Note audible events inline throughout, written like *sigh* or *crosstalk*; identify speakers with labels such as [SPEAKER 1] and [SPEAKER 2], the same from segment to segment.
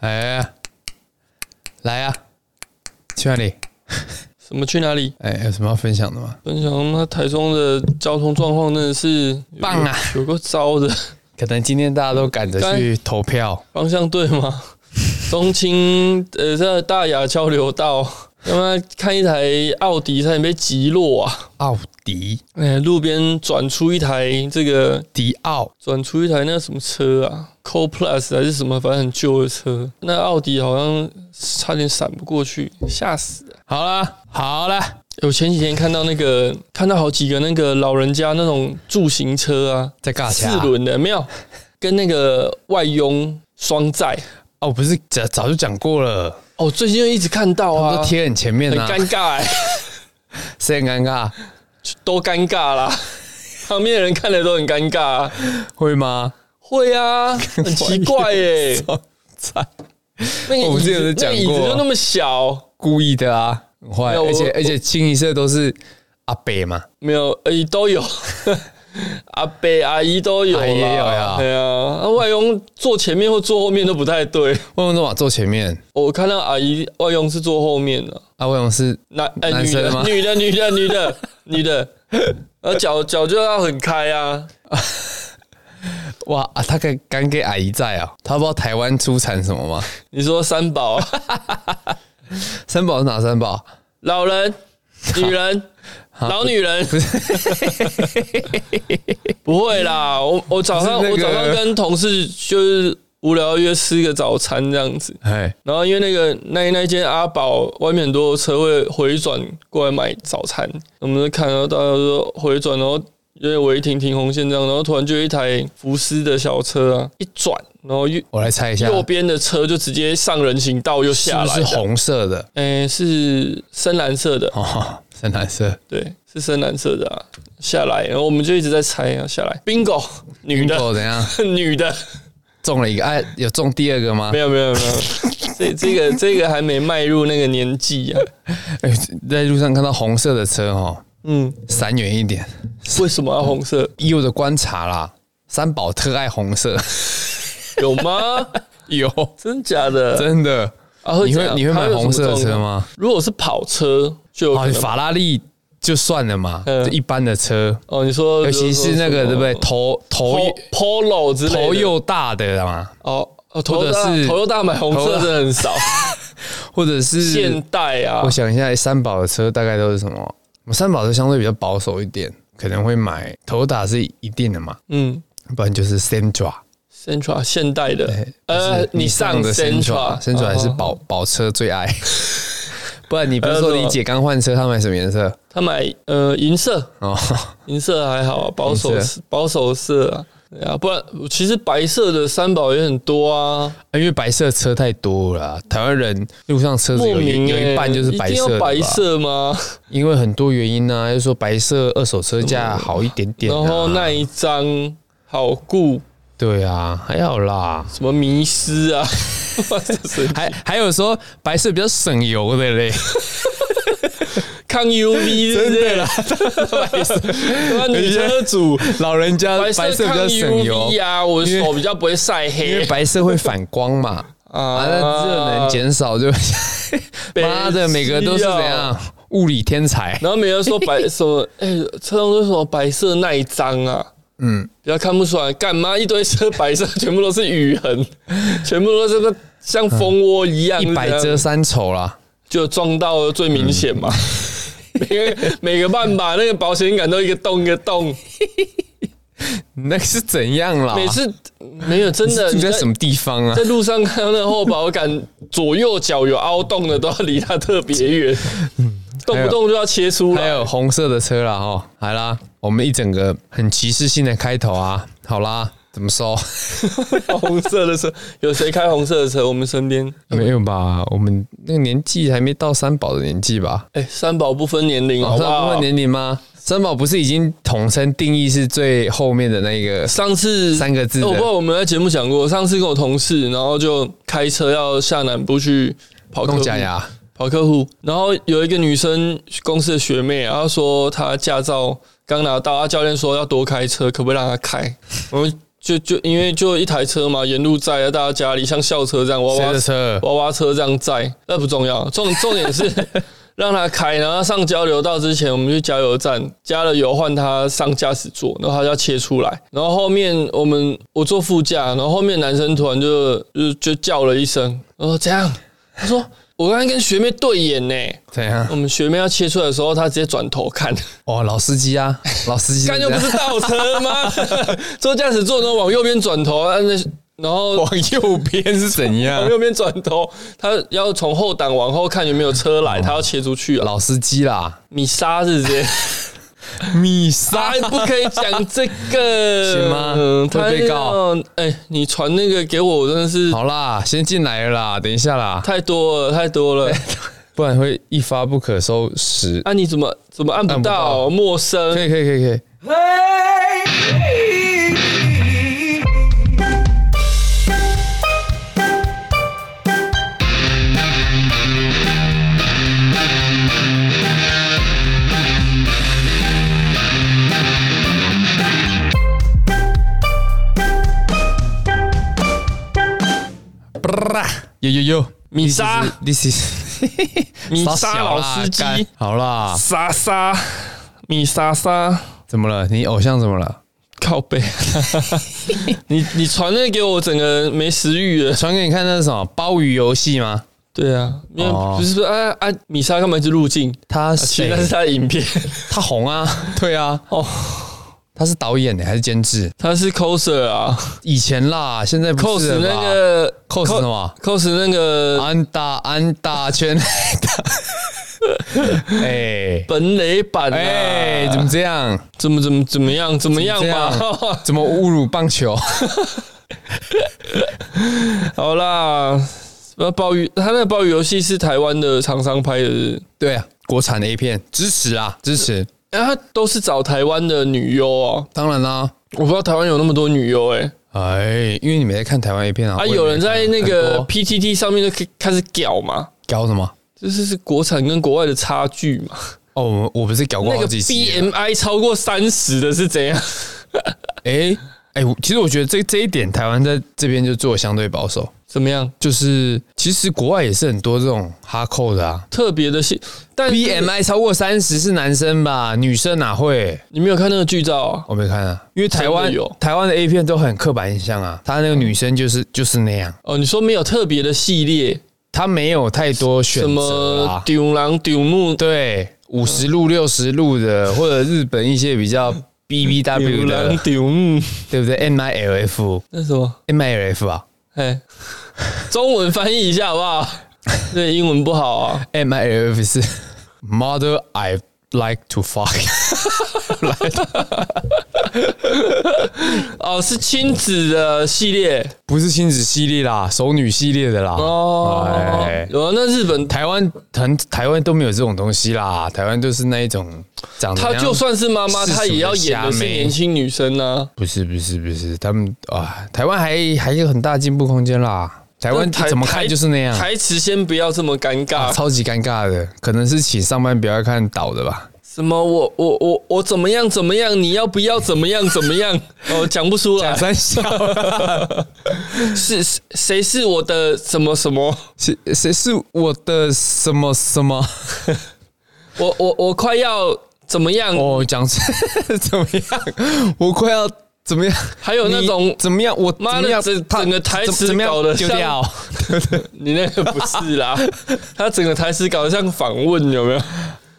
[SPEAKER 1] 哎，来啊，去哪里？
[SPEAKER 2] 什么去哪里？
[SPEAKER 1] 哎，有什么要分享的吗？
[SPEAKER 2] 分享那台中的交通状况真的是有
[SPEAKER 1] 棒啊！
[SPEAKER 2] 有够糟的，
[SPEAKER 1] 可能今天大家都赶着去投票，
[SPEAKER 2] 方向对吗？ *laughs* 东青呃，在大雅交流道，他妈看一台奥迪差点被击落啊！
[SPEAKER 1] 奥迪、
[SPEAKER 2] 哎、路边转出一台这个
[SPEAKER 1] 迪奥，
[SPEAKER 2] 转出一台那什么车啊，Co Plus 还是什么，反正很旧的车。那奥迪好像差点闪不过去，吓死了。
[SPEAKER 1] 好啦，好啦，
[SPEAKER 2] 我前几天看到那个，看到好几个那个老人家那种助行车啊，
[SPEAKER 1] 在尬
[SPEAKER 2] 四
[SPEAKER 1] 掐啊。
[SPEAKER 2] 轮的没有，跟那个外佣双载。
[SPEAKER 1] 哦，不是，早早就讲过了，
[SPEAKER 2] 哦，最近又一直看到
[SPEAKER 1] 他们
[SPEAKER 2] 啊
[SPEAKER 1] 都，贴很前面
[SPEAKER 2] 很
[SPEAKER 1] 啊，
[SPEAKER 2] 尴尬哎、
[SPEAKER 1] 谁很尴尬？
[SPEAKER 2] 都尴尬啦。旁边的人看了都很尴尬、啊，
[SPEAKER 1] 会吗？
[SPEAKER 2] 会啊，很奇怪耶、 *laughs*
[SPEAKER 1] 在
[SPEAKER 2] 那个
[SPEAKER 1] 我们
[SPEAKER 2] 椅
[SPEAKER 1] 之前有
[SPEAKER 2] 子，
[SPEAKER 1] 讲
[SPEAKER 2] 那个椅子
[SPEAKER 1] 过啊
[SPEAKER 2] 就那么小，
[SPEAKER 1] 故意的啊，很坏，
[SPEAKER 2] 没有
[SPEAKER 1] 而且
[SPEAKER 2] 我
[SPEAKER 1] 而且清一色都是阿北嘛，
[SPEAKER 2] 没有，哎，都有， *laughs* 阿伯阿姨都有啦，
[SPEAKER 1] 阿姨也有呀
[SPEAKER 2] 对啊，那外佣坐前面或坐后面都不太对。
[SPEAKER 1] 魏文东马坐前面，
[SPEAKER 2] 我看到阿姨外佣是坐后面的，
[SPEAKER 1] 啊，魏文是
[SPEAKER 2] 男哎、
[SPEAKER 1] 男
[SPEAKER 2] 女
[SPEAKER 1] 生吗
[SPEAKER 2] 的女的女的女的女的，呃脚脚就要很开啊，
[SPEAKER 1] 哇啊，他敢敢给阿姨在啊，他不知道台湾出产什么吗？
[SPEAKER 2] 你说三宝啊
[SPEAKER 1] 三宝是哪三宝？
[SPEAKER 2] 老人、女人、老女人，不会啦，我我早上、
[SPEAKER 1] 不是那
[SPEAKER 2] 我
[SPEAKER 1] 个
[SPEAKER 2] 早上跟同事就是无聊约吃个早餐这样子，
[SPEAKER 1] 哎，
[SPEAKER 2] 然后因为那个那那间阿宝外面很多车会回转过来买早餐，我们就看到大家都回转，然后因为违停停红线这样，然后突然就有一台福斯的小车啊，一转，然后右
[SPEAKER 1] 我来猜一下，
[SPEAKER 2] 右边的车就直接上人行道又
[SPEAKER 1] 是
[SPEAKER 2] 下
[SPEAKER 1] 不
[SPEAKER 2] 来
[SPEAKER 1] 是
[SPEAKER 2] 了，
[SPEAKER 1] 红色的？
[SPEAKER 2] 诶、是深蓝色的，
[SPEAKER 1] 哦，深蓝色，
[SPEAKER 2] 对，是深蓝色的啊，下来，然后我们就一直在猜啊，下来，bingo，女的，
[SPEAKER 1] Bingo 怎样？
[SPEAKER 2] *laughs* 女的，
[SPEAKER 1] 中了一个，哎，有中第二个吗
[SPEAKER 2] 没？有没有没有，这这个这个还没迈入那个年纪啊，
[SPEAKER 1] 哎，在路上看到红色的车哦，
[SPEAKER 2] 嗯。
[SPEAKER 1] 闪远一点。
[SPEAKER 2] 为什么要红色？
[SPEAKER 1] *laughs* 以我的观察啦，三宝特爱红色，
[SPEAKER 2] 有吗？
[SPEAKER 1] 有
[SPEAKER 2] 真假的？
[SPEAKER 1] 真的？
[SPEAKER 2] 啊会
[SPEAKER 1] 你
[SPEAKER 2] 这
[SPEAKER 1] 会
[SPEAKER 2] 样
[SPEAKER 1] 你会
[SPEAKER 2] 它
[SPEAKER 1] 买
[SPEAKER 2] 有
[SPEAKER 1] 红色的
[SPEAKER 2] 什么
[SPEAKER 1] 车
[SPEAKER 2] 状况？
[SPEAKER 1] 吗？
[SPEAKER 2] 如果是跑车，就有可
[SPEAKER 1] 哦，
[SPEAKER 2] 能
[SPEAKER 1] 法拉利就算了嘛，
[SPEAKER 2] 嗯
[SPEAKER 1] 就一般的车，
[SPEAKER 2] 哦。你说，
[SPEAKER 1] 尤其是那个对不对？头头
[SPEAKER 2] p o l o 之类的
[SPEAKER 1] 头又大的嘛，
[SPEAKER 2] 哦，哦
[SPEAKER 1] 或
[SPEAKER 2] 头
[SPEAKER 1] 者
[SPEAKER 2] 大
[SPEAKER 1] 是
[SPEAKER 2] 头又大买红色真的很少，
[SPEAKER 1] 或者
[SPEAKER 2] 现
[SPEAKER 1] *laughs* 是
[SPEAKER 2] 代啊
[SPEAKER 1] 我，想一下，三宝的车大概都是什么？我三宝车相对比较保守一点，可能会买头打是一定的嘛，
[SPEAKER 2] 嗯
[SPEAKER 1] 不然就是 Sentra。哎
[SPEAKER 2] ，Sentra 现代的，
[SPEAKER 1] 就
[SPEAKER 2] 呃
[SPEAKER 1] 是，
[SPEAKER 2] 你上 Sentra
[SPEAKER 1] Sentra 还是
[SPEAKER 2] 哦 *laughs*
[SPEAKER 1] 保保车最爱。 *laughs* 不然你不是
[SPEAKER 2] 还有
[SPEAKER 1] 说
[SPEAKER 2] 什么
[SPEAKER 1] 你姐刚换车，她买什么颜色？
[SPEAKER 2] 他买呃银色，
[SPEAKER 1] 哦， *laughs*
[SPEAKER 2] 银色还好啊，保守
[SPEAKER 1] 银
[SPEAKER 2] 保守色啊，对啊，不然其实白色的三宝也很多啊，
[SPEAKER 1] 因为白色车太多了啊，台湾人路上车子
[SPEAKER 2] 莫
[SPEAKER 1] 有
[SPEAKER 2] 名
[SPEAKER 1] 一有
[SPEAKER 2] 欸
[SPEAKER 1] 一半就是白
[SPEAKER 2] 一定
[SPEAKER 1] 色
[SPEAKER 2] 要
[SPEAKER 1] 的吧，
[SPEAKER 2] 白色吗？
[SPEAKER 1] 因为很多原因呢、就是说白色二手车价好一点点、啊，
[SPEAKER 2] 然后那一张好故
[SPEAKER 1] 对啊，还好啦，
[SPEAKER 2] 什么迷失
[SPEAKER 1] *laughs*
[SPEAKER 2] 啊，
[SPEAKER 1] 还还有说白色比较省油的嘞，
[SPEAKER 2] 抗 UV 是不是啦？ *laughs* 那女车主
[SPEAKER 1] 老人家
[SPEAKER 2] 白
[SPEAKER 1] 白
[SPEAKER 2] 色
[SPEAKER 1] 色比
[SPEAKER 2] 抗啊
[SPEAKER 1] 较省油
[SPEAKER 2] UV，呀，我
[SPEAKER 1] 因为
[SPEAKER 2] 手比较不会晒
[SPEAKER 1] 因为
[SPEAKER 2] 黑
[SPEAKER 1] 白色会反光嘛，啊，
[SPEAKER 2] 啊
[SPEAKER 1] 那热能减少就， *laughs*
[SPEAKER 2] 北
[SPEAKER 1] 妈的，每个都是
[SPEAKER 2] 西啊
[SPEAKER 1] 怎样物理天才，
[SPEAKER 2] 然后每个人说白什么，哎，车上都说什么白色那一张啊。嗯，比较看不出来，干嘛一堆车白色，全部都是雨痕，全部都是个像蜂窝一样，
[SPEAKER 1] 嗯一百
[SPEAKER 2] 是怎样
[SPEAKER 1] 遮三丑啦。
[SPEAKER 2] 就撞到最明显嘛。
[SPEAKER 1] 嗯
[SPEAKER 2] 因为 *laughs* 每个半把那个保险杆都一个洞一个洞，
[SPEAKER 1] 那个是怎样啦？
[SPEAKER 2] 每次没有真的
[SPEAKER 1] 住
[SPEAKER 2] 啊你在
[SPEAKER 1] 在什么地方啊
[SPEAKER 2] 在？路上看到那后保杆左右脚有凹洞的，都要离它特别远，动不动就要切出
[SPEAKER 1] 还
[SPEAKER 2] 来。
[SPEAKER 1] 有红色的车啦，哈，来啦，我们一整个很歧视性的开头啊，好啦，怎么收？
[SPEAKER 2] 红色的车，有谁开红色的车？我们身边，
[SPEAKER 1] 没有吧？我们那个年纪还没到三宝的年纪吧？
[SPEAKER 2] 哎，三宝不分年龄，好
[SPEAKER 1] 哦，
[SPEAKER 2] 不
[SPEAKER 1] 三宝
[SPEAKER 2] 好？
[SPEAKER 1] 问年龄吗？三宝不是已经统称定义是最后面的那个
[SPEAKER 2] 上次
[SPEAKER 1] 三个字
[SPEAKER 2] 哎我不知道
[SPEAKER 1] 的
[SPEAKER 2] 我们在节目讲过，上次跟我同事，然后就开车要下南部去跑客
[SPEAKER 1] 弄
[SPEAKER 2] 户
[SPEAKER 1] 假牙？
[SPEAKER 2] 跑客户，然后有一个女生公司的学妹，啊然后说她驾照刚拿到，她教练说要多开车，可不可以让她开？我们就就因为就一台车嘛，沿路载啊在大家家里，像校车这样娃
[SPEAKER 1] 谁
[SPEAKER 2] 娃
[SPEAKER 1] 的车？
[SPEAKER 2] 娃娃车这样载，那不重要，重重点是让他开，然后上交流道之前，我们去加油站加了油，换他上驾驶座，然后他就要切出来，然后后面我们我坐副驾，然后后面男生突然就就就叫了一声，我说怎样？他说我刚才跟学妹对眼呢、
[SPEAKER 1] 怎样？
[SPEAKER 2] 我们学妹要切出来的时候，他直接转头看，
[SPEAKER 1] 哦，老司机啊，老司机。
[SPEAKER 2] 看就不是倒车吗？ *laughs* 坐驾驶座呢往右边转头，啊那然后
[SPEAKER 1] 往右边是怎样
[SPEAKER 2] 往？右边转头，他要从后挡往后看有没有车
[SPEAKER 1] 哦
[SPEAKER 2] 来，他要切出去啊。
[SPEAKER 1] 老司机啦，
[SPEAKER 2] 米莎是直接，
[SPEAKER 1] *laughs* 米
[SPEAKER 2] 莎
[SPEAKER 1] 莎
[SPEAKER 2] 不可以讲这个，
[SPEAKER 1] 行吗
[SPEAKER 2] 他
[SPEAKER 1] 会被告
[SPEAKER 2] 要。哎、你传那个给我，我真的是
[SPEAKER 1] 好啦，先进来了啦，等一下啦，
[SPEAKER 2] 太多了，太多
[SPEAKER 1] *laughs*
[SPEAKER 2] 了。
[SPEAKER 1] 不然会一发不可收拾。
[SPEAKER 2] 啊，你怎么怎么按不
[SPEAKER 1] 按不
[SPEAKER 2] 到？
[SPEAKER 1] 到
[SPEAKER 2] 陌生
[SPEAKER 1] 可。以可以可以可以，有有有，
[SPEAKER 2] 米莎
[SPEAKER 1] ，this is *laughs*
[SPEAKER 2] 米莎
[SPEAKER 1] 傻小啦
[SPEAKER 2] 老司机
[SPEAKER 1] 干好啦，
[SPEAKER 2] 莎莎，米莎莎，
[SPEAKER 1] 怎么了？你偶像怎么了？
[SPEAKER 2] 靠
[SPEAKER 1] *laughs*
[SPEAKER 2] 背。你你传那个给我，我整个人没食欲了。
[SPEAKER 1] 传给你看那是什么鲍鱼游戏吗？
[SPEAKER 2] 对啊，因为
[SPEAKER 1] 哦
[SPEAKER 2] 不是不是啊啊，米莎干嘛一直入镜？
[SPEAKER 1] 他
[SPEAKER 2] 其
[SPEAKER 1] 谁
[SPEAKER 2] 实那？是他的影片。
[SPEAKER 1] 他红
[SPEAKER 2] *laughs*
[SPEAKER 1] 啊，对啊，
[SPEAKER 2] 哦，
[SPEAKER 1] 他是导演的欸还是监制？
[SPEAKER 2] *laughs* 他是 coser 啊
[SPEAKER 1] 以前啦，现在不
[SPEAKER 2] ，cos
[SPEAKER 1] 是了
[SPEAKER 2] 那
[SPEAKER 1] 吧
[SPEAKER 2] 个
[SPEAKER 1] cos 什么？
[SPEAKER 2] cos 那个
[SPEAKER 1] 安打安打
[SPEAKER 2] *laughs*
[SPEAKER 1] 全垒打，哎
[SPEAKER 2] 本垒版啊，
[SPEAKER 1] 哎，怎么这样？
[SPEAKER 2] 怎么怎么怎么样怎么样
[SPEAKER 1] 怎么这
[SPEAKER 2] 吧？
[SPEAKER 1] 怎么侮辱棒球？
[SPEAKER 2] *laughs* 好啦，那鲍鱼，他那个鲍鱼游戏是台湾的厂商拍的是
[SPEAKER 1] 对啊，国产 A 片支持啊，支持！
[SPEAKER 2] 不是，啊，他都是找台湾的女优哦。
[SPEAKER 1] 当然啦，
[SPEAKER 2] 我不知道台湾有那么多女优哎、
[SPEAKER 1] 哎，因为你没在看台湾 A 片啊，
[SPEAKER 2] 啊，
[SPEAKER 1] 我也没
[SPEAKER 2] 有人在那
[SPEAKER 1] 很
[SPEAKER 2] 个
[SPEAKER 1] 多
[SPEAKER 2] PTT 上面就开开始屌嘛，
[SPEAKER 1] 搞什么？
[SPEAKER 2] 这是是国产跟国外的差距嘛。
[SPEAKER 1] 哦，我我不是搞过
[SPEAKER 2] 那
[SPEAKER 1] 好
[SPEAKER 2] 个
[SPEAKER 1] 几集啊了？
[SPEAKER 2] BMI 超过三十的是怎样？
[SPEAKER 1] 哎哎，我其实我觉得这这一点台湾在这边就做得相对保守，
[SPEAKER 2] 怎么样？
[SPEAKER 1] 就是其实国外也是很多这种哈扣的啊。
[SPEAKER 2] 特别的性，但
[SPEAKER 1] BMI 超过三十是男生吧？女生哪会？
[SPEAKER 2] 你没有看那个剧照啊？
[SPEAKER 1] 我没看啊，因为台湾
[SPEAKER 2] 真的有
[SPEAKER 1] 台湾的 A 片都很刻板印象啊，她那个女生就是就是那样，
[SPEAKER 2] 哦，你说没有特别的系列，
[SPEAKER 1] 她没有太多选
[SPEAKER 2] 什
[SPEAKER 1] 择
[SPEAKER 2] 么
[SPEAKER 1] 啊。
[SPEAKER 2] 丢狼丢木
[SPEAKER 1] 对，五十路、六十路的，或者日本一些比较 B B
[SPEAKER 2] 丢
[SPEAKER 1] W
[SPEAKER 2] 狼
[SPEAKER 1] 的，
[SPEAKER 2] 丢木，
[SPEAKER 1] 对不对？M I L F
[SPEAKER 2] 那什么？
[SPEAKER 1] M I L F 啊
[SPEAKER 2] 哎，中文翻译一下好不
[SPEAKER 1] *laughs*
[SPEAKER 2] 好？对，英文不好啊。
[SPEAKER 1] ，M I L 哎 F 是 Mother I like to fuck， *laughs*
[SPEAKER 2] 哦，是亲子的系列
[SPEAKER 1] 不是亲子系列啦，熟女系列的啦。
[SPEAKER 2] 哦
[SPEAKER 1] 哎。
[SPEAKER 2] 有啊，那日本
[SPEAKER 1] 台湾很台湾都没有这种东西啦，台湾就是那一种长得
[SPEAKER 2] 她
[SPEAKER 1] 像
[SPEAKER 2] 就算是妈妈，
[SPEAKER 1] 世俗的
[SPEAKER 2] 她也要演的是
[SPEAKER 1] 虾妹
[SPEAKER 2] 年轻女生啊。
[SPEAKER 1] 不是不是不是，他们啊，台湾还还有很大进步空间啦。台湾
[SPEAKER 2] 台
[SPEAKER 1] 怎么看就是那样，
[SPEAKER 2] 台词先不要这么尴
[SPEAKER 1] 啊
[SPEAKER 2] 尬，
[SPEAKER 1] 超级尴尬的。可能是请上班不要看倒的
[SPEAKER 2] *laughs*
[SPEAKER 1] 吧。
[SPEAKER 2] 什么我我我我怎么样怎么样，你要不要怎么样怎么样？ *laughs* 哦，讲不出来，
[SPEAKER 1] 三笑，
[SPEAKER 2] 是是谁是我的什么什么？
[SPEAKER 1] 谁谁是我的什么什么？
[SPEAKER 2] *laughs* 我我我快要怎么样？
[SPEAKER 1] 哦，讲 *laughs* 怎么样？我快要怎么样？
[SPEAKER 2] 还有那种
[SPEAKER 1] 你怎么样？我
[SPEAKER 2] 妈的
[SPEAKER 1] 怎么样
[SPEAKER 2] 整
[SPEAKER 1] 他
[SPEAKER 2] 整个台词
[SPEAKER 1] 怎么样
[SPEAKER 2] 搞得像
[SPEAKER 1] 丢掉？
[SPEAKER 2] *laughs* 你那个不是啦， *laughs* 他整个台词搞得像访问，有没有？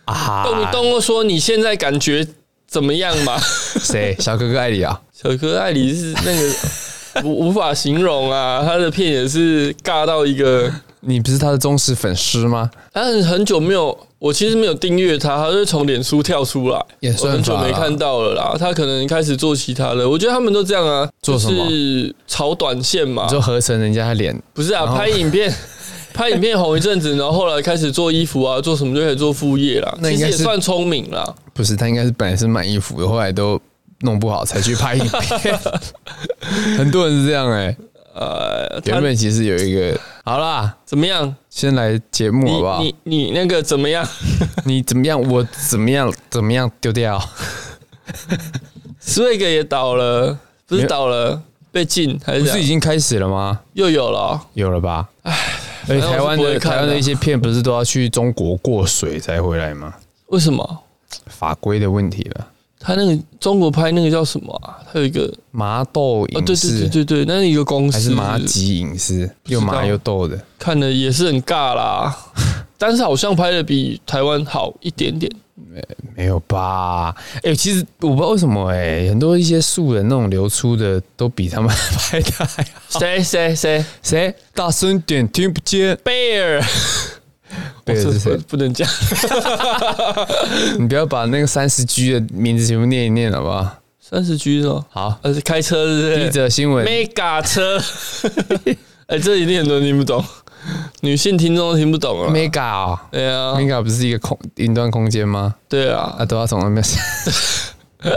[SPEAKER 1] 啊
[SPEAKER 2] 动不动说你现在感觉怎么样嘛？
[SPEAKER 1] 谁？小哥哥爱你啊！
[SPEAKER 2] *laughs* 小哥爱里是那个无无法形容啊，他的片也是尬到一个，
[SPEAKER 1] 你不是他的忠实粉丝吗？
[SPEAKER 2] 但很久没有，我其实没有订阅他，他就从脸书跳出来，
[SPEAKER 1] 也
[SPEAKER 2] 我
[SPEAKER 1] 算
[SPEAKER 2] 很久
[SPEAKER 1] 法
[SPEAKER 2] 没
[SPEAKER 1] 啦
[SPEAKER 2] 看到了啦。他可能开始做其他的，我觉得他们都这样啊，
[SPEAKER 1] 做什么
[SPEAKER 2] 就是炒短线嘛
[SPEAKER 1] 你，就合成人家的脸，
[SPEAKER 2] 不是啊，
[SPEAKER 1] 然后
[SPEAKER 2] 拍影片。 *laughs* 拍影片红一阵子，然后后来开始做衣服啊，做什么就可以做副业啦。
[SPEAKER 1] 那
[SPEAKER 2] 其
[SPEAKER 1] 应
[SPEAKER 2] 实
[SPEAKER 1] 该
[SPEAKER 2] 也
[SPEAKER 1] 是
[SPEAKER 2] 算聪明啦。
[SPEAKER 1] 不是，他应该是本来是卖衣服的，后来都弄不好才去拍影
[SPEAKER 2] *laughs*
[SPEAKER 1] 片。很多人是这样哎、
[SPEAKER 2] 呃，他
[SPEAKER 1] 原本其实有一个好啦，
[SPEAKER 2] 怎么样？
[SPEAKER 1] 先来节目好不好？
[SPEAKER 2] 你
[SPEAKER 1] 你
[SPEAKER 2] 你你那个怎么样？ *laughs*
[SPEAKER 1] 怎么样？我怎么样？怎么样丢掉？
[SPEAKER 2] s w i g 也倒了，不
[SPEAKER 1] 没
[SPEAKER 2] 是
[SPEAKER 1] 有
[SPEAKER 2] 倒了，被禁还是
[SPEAKER 1] 不
[SPEAKER 2] 怎
[SPEAKER 1] 是已
[SPEAKER 2] 样？
[SPEAKER 1] 经开始了吗？
[SPEAKER 2] 又有了哦、
[SPEAKER 1] 有了吧？唉，而且台湾
[SPEAKER 2] 我是不会
[SPEAKER 1] 的
[SPEAKER 2] 看啊
[SPEAKER 1] 台湾的一些片不是都要去中国过水才回来吗？
[SPEAKER 2] 为什么？
[SPEAKER 1] 法规的问题了。
[SPEAKER 2] 他那个中国拍那个叫什么啊？他有一个
[SPEAKER 1] 麻豆
[SPEAKER 2] 啊，
[SPEAKER 1] 影
[SPEAKER 2] 对
[SPEAKER 1] 视、
[SPEAKER 2] 对对对对，那是一个公司
[SPEAKER 1] 还是麻吉影视，
[SPEAKER 2] 知道
[SPEAKER 1] 又麻又豆的。
[SPEAKER 2] 看的也是很尬啦，
[SPEAKER 1] *laughs*
[SPEAKER 2] 但是好像拍的比台湾好一点点。
[SPEAKER 1] 没有吧？哎、其实我不知道为什么哎、很多一些素人那种流出的都比他们拍的还好。
[SPEAKER 2] 谁
[SPEAKER 1] *laughs*
[SPEAKER 2] 谁谁
[SPEAKER 1] 谁？大声点，听不见。
[SPEAKER 2] 贝 *laughs* 尔，
[SPEAKER 1] 贝尔是谁？
[SPEAKER 2] 哦不能讲。
[SPEAKER 1] 你不要把那个三十 G 的名字全部念一念，好不好？
[SPEAKER 2] 三十 G 是吗？
[SPEAKER 1] 好，
[SPEAKER 2] 呃，是开车是不
[SPEAKER 1] 第一
[SPEAKER 2] 是
[SPEAKER 1] 则新闻，
[SPEAKER 2] ？mega 车，
[SPEAKER 1] *laughs*
[SPEAKER 2] 哎、这一定很多人听不懂，女性听众都听不懂啊。
[SPEAKER 1] mega 哦
[SPEAKER 2] 对啊，
[SPEAKER 1] mega 不是一个空云端空间吗？
[SPEAKER 2] 对啊，
[SPEAKER 1] 啊，都要从那
[SPEAKER 2] *laughs*
[SPEAKER 1] 边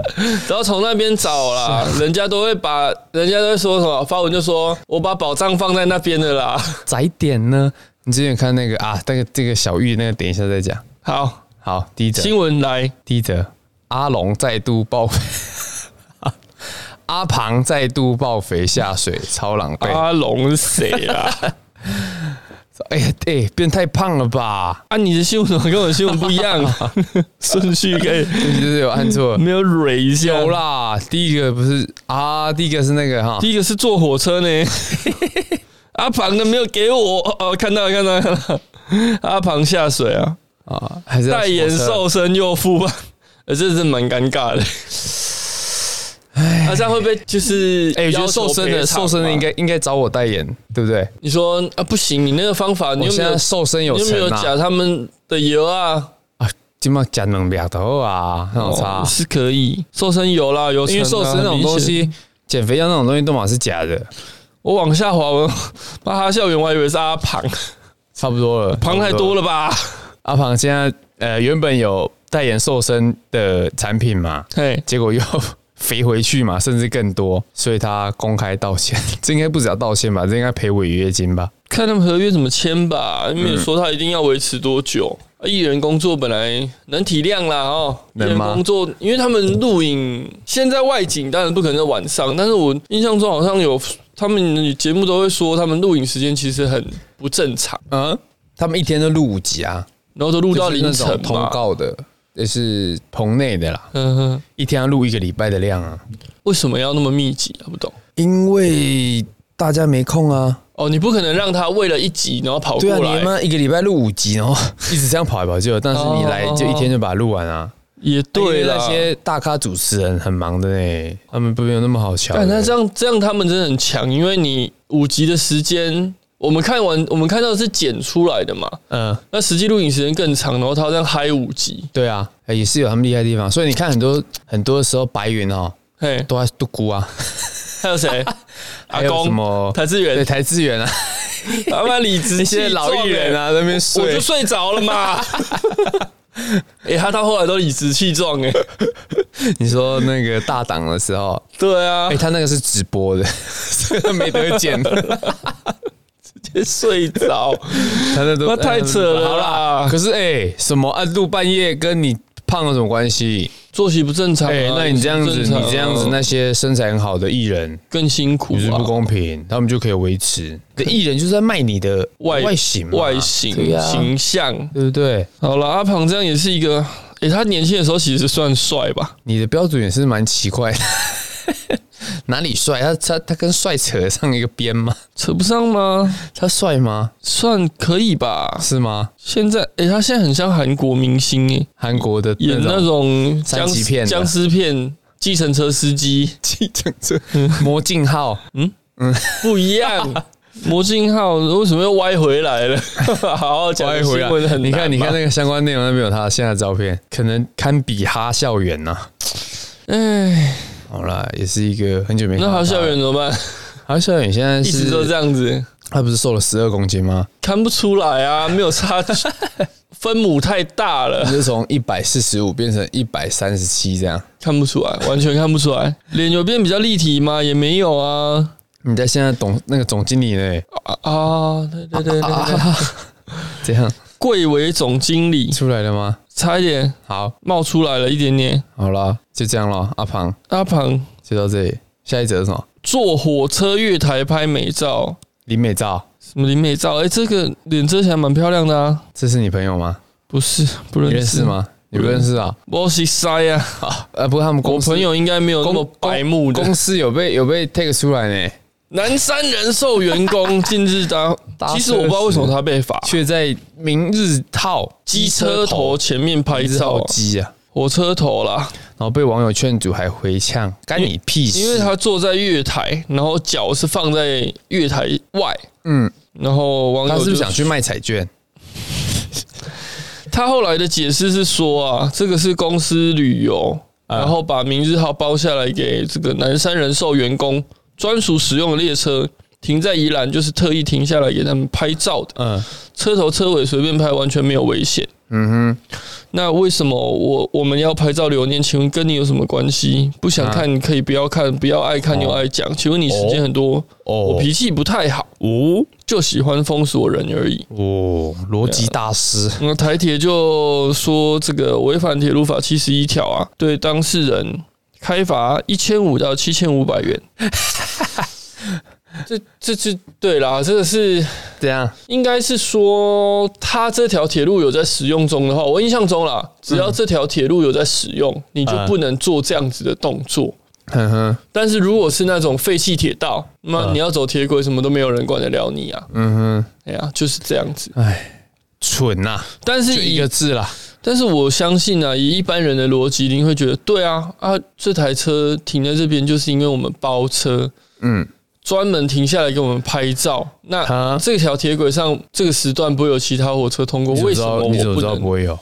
[SPEAKER 2] 然后从那边找
[SPEAKER 1] *laughs*
[SPEAKER 2] 啦，
[SPEAKER 1] 啊
[SPEAKER 2] 人家都会把，人家都会说什么发文就说我把宝藏放在那边的啦。
[SPEAKER 1] 窄点呢？你之前看那个啊，那个这个小玉那个，等一下再讲。
[SPEAKER 2] 好，
[SPEAKER 1] 好，第一则，
[SPEAKER 2] 新闻来，
[SPEAKER 1] 第一则，阿龙再度爆肥， *laughs* 阿庞再度爆肥下水，超狼狈。
[SPEAKER 2] 阿龙是谁啊啦？
[SPEAKER 1] 哎呀，哎、变太胖了吧？
[SPEAKER 2] 啊，你的新闻怎么跟我的新闻不一
[SPEAKER 1] *laughs*
[SPEAKER 2] 样啊？顺序可
[SPEAKER 1] 对
[SPEAKER 2] 以
[SPEAKER 1] 不起对不起，有按
[SPEAKER 2] *laughs*
[SPEAKER 1] 错。
[SPEAKER 2] 没有蕊一下？
[SPEAKER 1] 有，啊啦，第一个不是啊，第一个是那个哈，
[SPEAKER 2] 第一个是坐
[SPEAKER 1] *laughs*
[SPEAKER 2] 火车呢，阿庞的没有给我，哦，哦看到了看到了看到了，阿庞下水啊，
[SPEAKER 1] 啊，还是要
[SPEAKER 2] 代言
[SPEAKER 1] 火车
[SPEAKER 2] 瘦身又富胖，呃，这是蛮尴尬的。啊那、这样会不会就是
[SPEAKER 1] 哎、我觉得
[SPEAKER 2] 要求
[SPEAKER 1] 瘦身的
[SPEAKER 2] 赔偿
[SPEAKER 1] 瘦身的
[SPEAKER 2] 嘛
[SPEAKER 1] 应该应该找我代言，对不对？
[SPEAKER 2] 你说啊，不行，你那个方法你
[SPEAKER 1] 我
[SPEAKER 2] 又没
[SPEAKER 1] 现
[SPEAKER 2] 有
[SPEAKER 1] 在，瘦身有
[SPEAKER 2] 你又没有
[SPEAKER 1] 成
[SPEAKER 2] 假
[SPEAKER 1] 啊，
[SPEAKER 2] 他们的油啊，
[SPEAKER 1] 啊，今麦加能量头啊，那种差、
[SPEAKER 2] 哦是可以瘦身油啦，有
[SPEAKER 1] 因为
[SPEAKER 2] 成
[SPEAKER 1] 瘦
[SPEAKER 2] 啊
[SPEAKER 1] 身那种东。
[SPEAKER 2] 很明显
[SPEAKER 1] 西，减肥药那种东西都嘛是假的，
[SPEAKER 2] 我往下滑，我巴哈校园，我还以为是阿庞，
[SPEAKER 1] 差不多了，
[SPEAKER 2] 庞太多
[SPEAKER 1] 了。
[SPEAKER 2] 了吧？
[SPEAKER 1] 阿庞现在呃原本有代言瘦身的产品嘛，
[SPEAKER 2] 嘿，
[SPEAKER 1] 结果又肥回去嘛，甚至更多，所以他公开道歉， *laughs* 这应该不止要道歉吧，这应该赔违约金吧？
[SPEAKER 2] 看他们合约怎么签吧，
[SPEAKER 1] 嗯
[SPEAKER 2] 没有说他一定要维持多久。啊艺人工作本来能体谅啦，哦，艺
[SPEAKER 1] 能
[SPEAKER 2] 人
[SPEAKER 1] 吗
[SPEAKER 2] 工作，因为他们录影，现在外景当然不可能在晚上，但是我印象中好像有他们节目都会说，他们录影时间其实很不正常，
[SPEAKER 1] 嗯，他们一天都录五集啊，
[SPEAKER 2] 然后都录到
[SPEAKER 1] 就是
[SPEAKER 2] 凌
[SPEAKER 1] 那种
[SPEAKER 2] 晨
[SPEAKER 1] 通
[SPEAKER 2] 嘛。
[SPEAKER 1] 告的，也是棚内的啦，
[SPEAKER 2] 嗯哼，
[SPEAKER 1] 一天要录一个礼拜的量啊。
[SPEAKER 2] 为什么要那么密集啊？不懂
[SPEAKER 1] 因为大家没空啊。
[SPEAKER 2] 哦，你不可能让他为了一集然后跑
[SPEAKER 1] 对
[SPEAKER 2] 过
[SPEAKER 1] 啊，
[SPEAKER 2] 来，
[SPEAKER 1] 你妈一个礼拜录五集，然后 *laughs* 哦一直这样跑来跑去，但是你来就一天就把它录完啊。
[SPEAKER 2] 也对
[SPEAKER 1] 因为
[SPEAKER 2] 啦。
[SPEAKER 1] 那些大咖主持人很忙的呢，他们没有那么好瞧的。
[SPEAKER 2] 但他这样这样，他们真的很强，因为你五集的时间，我们看完我们看到的是剪出来的嘛，
[SPEAKER 1] 嗯，
[SPEAKER 2] 那实际录影时间更长，然后他这样嗨五集，
[SPEAKER 1] 对啊，也是有他们厉害的地方。所以你看很多很多时候白云哦
[SPEAKER 2] 嘿，
[SPEAKER 1] 都在度孤啊，
[SPEAKER 2] 还
[SPEAKER 1] *laughs*
[SPEAKER 2] 有谁？阿
[SPEAKER 1] 还有什
[SPEAKER 2] 公、
[SPEAKER 1] 么
[SPEAKER 2] 谭志
[SPEAKER 1] 对 *laughs*
[SPEAKER 2] 源，
[SPEAKER 1] 台资
[SPEAKER 2] *laughs*
[SPEAKER 1] 源啊，
[SPEAKER 2] 他妈理直
[SPEAKER 1] 那
[SPEAKER 2] 气
[SPEAKER 1] 些老艺人
[SPEAKER 2] 啊，
[SPEAKER 1] 啊在那边
[SPEAKER 2] 我
[SPEAKER 1] 睡
[SPEAKER 2] 就，睡着了
[SPEAKER 1] *laughs*
[SPEAKER 2] 嘛。哎，他到后来都理直气壮哎，
[SPEAKER 1] 你说那个大档的时候，
[SPEAKER 2] 对 *laughs* 啊
[SPEAKER 1] 哎，，他那个是直播的， *laughs* 所以他没得剪，他
[SPEAKER 2] 睡着，
[SPEAKER 1] 那都
[SPEAKER 2] 那太扯了
[SPEAKER 1] 好啦
[SPEAKER 2] 啦
[SPEAKER 1] 可，是哎、什么啊？录半夜跟你胖有什么关系？
[SPEAKER 2] 作息不正常啊。
[SPEAKER 1] 哎、那你这样子，
[SPEAKER 2] 饮食不正常啊
[SPEAKER 1] 你这样子，那些身材很好的艺人，
[SPEAKER 2] 更辛苦
[SPEAKER 1] 不是
[SPEAKER 2] 啊
[SPEAKER 1] 不。公平，他们就可以维持。可艺人就是在卖你的
[SPEAKER 2] 外
[SPEAKER 1] 外形嘛，
[SPEAKER 2] 外形
[SPEAKER 1] 对、啊
[SPEAKER 2] 形象，
[SPEAKER 1] 对不对？
[SPEAKER 2] 好了，阿庞这样也是一个，诶、他年轻的时候其实算帅吧？
[SPEAKER 1] 你的标准也是蛮奇怪的， *laughs* 哪里帅？他他他跟帅扯上一个边吗？
[SPEAKER 2] 扯不上吗？
[SPEAKER 1] 他帅吗？
[SPEAKER 2] 算可以吧。
[SPEAKER 1] 是吗？
[SPEAKER 2] 现在，诶、他现在很像韩国明星诶、
[SPEAKER 1] 韩国的
[SPEAKER 2] 演那
[SPEAKER 1] 种
[SPEAKER 2] 种
[SPEAKER 1] 三
[SPEAKER 2] 僵
[SPEAKER 1] 级
[SPEAKER 2] 尸
[SPEAKER 1] 片的
[SPEAKER 2] 僵尸片、计程车司机
[SPEAKER 1] 计程
[SPEAKER 2] *laughs*
[SPEAKER 1] 车魔镜号，
[SPEAKER 2] 不一
[SPEAKER 1] *laughs*
[SPEAKER 2] 样。魔镜号为什么又歪回来了？好好讲
[SPEAKER 1] 歪
[SPEAKER 2] 新
[SPEAKER 1] 回来
[SPEAKER 2] 闻很难吧
[SPEAKER 1] 你看，你看，那个相关内容那边有他现在的照片，可能堪比哈校园呐、
[SPEAKER 2] 哎，
[SPEAKER 1] 好啦，也是一个很久没看
[SPEAKER 2] 那
[SPEAKER 1] 到他
[SPEAKER 2] 好校园，怎么办？
[SPEAKER 1] 哎好校园现在
[SPEAKER 2] 一直都
[SPEAKER 1] 是
[SPEAKER 2] 这样子，
[SPEAKER 1] 他不是瘦了十二公斤吗？
[SPEAKER 2] 看不出来啊，没有
[SPEAKER 1] *laughs*
[SPEAKER 2] 差距，分母太大了。
[SPEAKER 1] 就是从一百四十五变成一百三十七这样。
[SPEAKER 2] 看不出来，完全看不出
[SPEAKER 1] *laughs*
[SPEAKER 2] 来。脸有变比较立体吗？也没有啊
[SPEAKER 1] 你在现在董那个总经理呢？
[SPEAKER 2] 啊啊！对对对对对，
[SPEAKER 1] *laughs* 这样
[SPEAKER 2] 贵为总经理，
[SPEAKER 1] 出来了吗？
[SPEAKER 2] 差一点
[SPEAKER 1] 好，
[SPEAKER 2] 冒出来了一点点。
[SPEAKER 1] 好啦，就这样咯。阿庞
[SPEAKER 2] 阿庞
[SPEAKER 1] 就到这里，下一则是什么？
[SPEAKER 2] 坐火车月台拍美照，
[SPEAKER 1] 林美照，
[SPEAKER 2] 什么林美照？哎、这个脸真的还蛮漂亮的啊。
[SPEAKER 1] 这是你朋友吗？
[SPEAKER 2] 不是不
[SPEAKER 1] 你
[SPEAKER 2] 认
[SPEAKER 1] 认识
[SPEAKER 2] 识？
[SPEAKER 1] 吗？你不认识啊？
[SPEAKER 2] 我是
[SPEAKER 1] *laughs*
[SPEAKER 2] 塞啊，
[SPEAKER 1] 呃，不过他们
[SPEAKER 2] 我
[SPEAKER 1] 公司
[SPEAKER 2] 朋友应该没有那么白目的。
[SPEAKER 1] 公司有被有被 take 出来呢，
[SPEAKER 2] 南山人寿员
[SPEAKER 1] *laughs*
[SPEAKER 2] 工近日搭
[SPEAKER 1] 搭，
[SPEAKER 2] 其实我不知道为什么他被罚。
[SPEAKER 1] 却在明日套
[SPEAKER 2] *laughs* 机车头前面拍
[SPEAKER 1] 一直
[SPEAKER 2] 照
[SPEAKER 1] 好
[SPEAKER 2] 啊，
[SPEAKER 1] 鸡啊，
[SPEAKER 2] 火车头啦，
[SPEAKER 1] 然后被网友劝阻还回呛，干你屁事！
[SPEAKER 2] 因为他坐在月台，然后脚是放在月台外，
[SPEAKER 1] 嗯，
[SPEAKER 2] 然后网
[SPEAKER 1] 他
[SPEAKER 2] 友
[SPEAKER 1] 是不
[SPEAKER 2] 就是
[SPEAKER 1] 想去卖彩券？
[SPEAKER 2] 他后来的解释是说啊，这个是公司旅游，
[SPEAKER 1] 啊
[SPEAKER 2] 然后把明日号包下来给这个南山人寿员工专属使用的列车，停在宜兰就是特意停下来给他们拍照的，
[SPEAKER 1] 嗯
[SPEAKER 2] 车头车尾随便拍，完全没有危险。
[SPEAKER 1] 嗯
[SPEAKER 2] 那为什么我我们要拍照留念？请问跟你有什么关系？不
[SPEAKER 1] 啊
[SPEAKER 2] 想看可以不要看，不要爱
[SPEAKER 1] 哦
[SPEAKER 2] 看又爱讲。请问你时间很多，
[SPEAKER 1] 哼，哦，
[SPEAKER 2] 我脾气不太好，哦，就喜欢封锁人而已。
[SPEAKER 1] 哦，逻辑大师，
[SPEAKER 2] 那台铁就说这个违反铁路法七十一条啊，对当事人开罚一千五到七千五百
[SPEAKER 1] *laughs*
[SPEAKER 2] 元。这这这对啦，这个是
[SPEAKER 1] 这样
[SPEAKER 2] 应该是说，它这条铁路有在使用中的话，我印象中啦，只
[SPEAKER 1] 嗯
[SPEAKER 2] 要这条铁路有在使用，你就不能做这样子的动作。
[SPEAKER 1] 哼哼，
[SPEAKER 2] 但是如果是那种废弃铁道，那
[SPEAKER 1] 嗯
[SPEAKER 2] 你要走铁轨，什么都没有人管得了你啊！
[SPEAKER 1] 嗯哼，
[SPEAKER 2] 哎呀，就是这样子。
[SPEAKER 1] 蠢呐、
[SPEAKER 2] 但是
[SPEAKER 1] 就一
[SPEAKER 2] 以
[SPEAKER 1] 个字啦，
[SPEAKER 2] 但是我相信啊，以一般人的逻辑，你会觉得，对啊，啊，这台车停在这边，就是因为我们包车
[SPEAKER 1] 嗯
[SPEAKER 2] 专门停下来给我们拍照。那
[SPEAKER 1] 啊，
[SPEAKER 2] 这条铁轨上这个时段不会有其他火车通过，
[SPEAKER 1] 你怎么
[SPEAKER 2] 为
[SPEAKER 1] 知
[SPEAKER 2] 什
[SPEAKER 1] 道
[SPEAKER 2] 么
[SPEAKER 1] 你怎么
[SPEAKER 2] 我不
[SPEAKER 1] 知道
[SPEAKER 2] 能
[SPEAKER 1] 不？会有？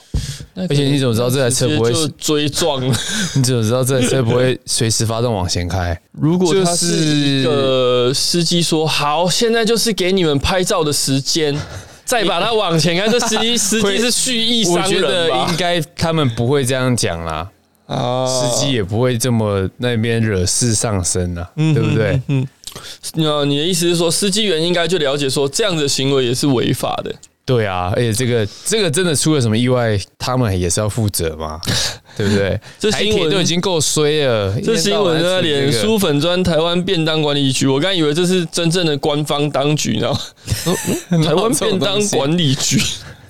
[SPEAKER 2] 而
[SPEAKER 1] 而且你怎么知道这台车不会
[SPEAKER 2] 就追
[SPEAKER 1] *laughs*
[SPEAKER 2] 撞了？
[SPEAKER 1] 你怎么知道这车不会随时发动往前开？
[SPEAKER 2] 如果他
[SPEAKER 1] 就是
[SPEAKER 2] 一个司机说好，现在就是给你们拍照的时间，再把它往前开，这司
[SPEAKER 1] *laughs*
[SPEAKER 2] 机司机
[SPEAKER 1] 会
[SPEAKER 2] 是蓄意
[SPEAKER 1] 我
[SPEAKER 2] 伤
[SPEAKER 1] 觉
[SPEAKER 2] 人
[SPEAKER 1] 得应
[SPEAKER 2] 吧？
[SPEAKER 1] 该他们不会这样讲啦，
[SPEAKER 2] 啊，
[SPEAKER 1] 司机也不会这么那边惹事上身啦，对不对？
[SPEAKER 2] 嗯？嗯，那你的意思是说，司机员应该就了解说，这样的行为也是违法的。
[SPEAKER 1] 对啊，而且这个这个真的出了什么意外，他们也是要负责
[SPEAKER 2] *laughs*
[SPEAKER 1] 嘛，对不对？
[SPEAKER 2] 这
[SPEAKER 1] 台
[SPEAKER 2] 新
[SPEAKER 1] 铁
[SPEAKER 2] 闻
[SPEAKER 1] 都已经够衰了，
[SPEAKER 2] 这新闻
[SPEAKER 1] 就
[SPEAKER 2] 在脸书粉砖台湾便当管理局，我刚以为这是真正的官方当局，然后嗯
[SPEAKER 1] *laughs*
[SPEAKER 2] 台湾便当管理局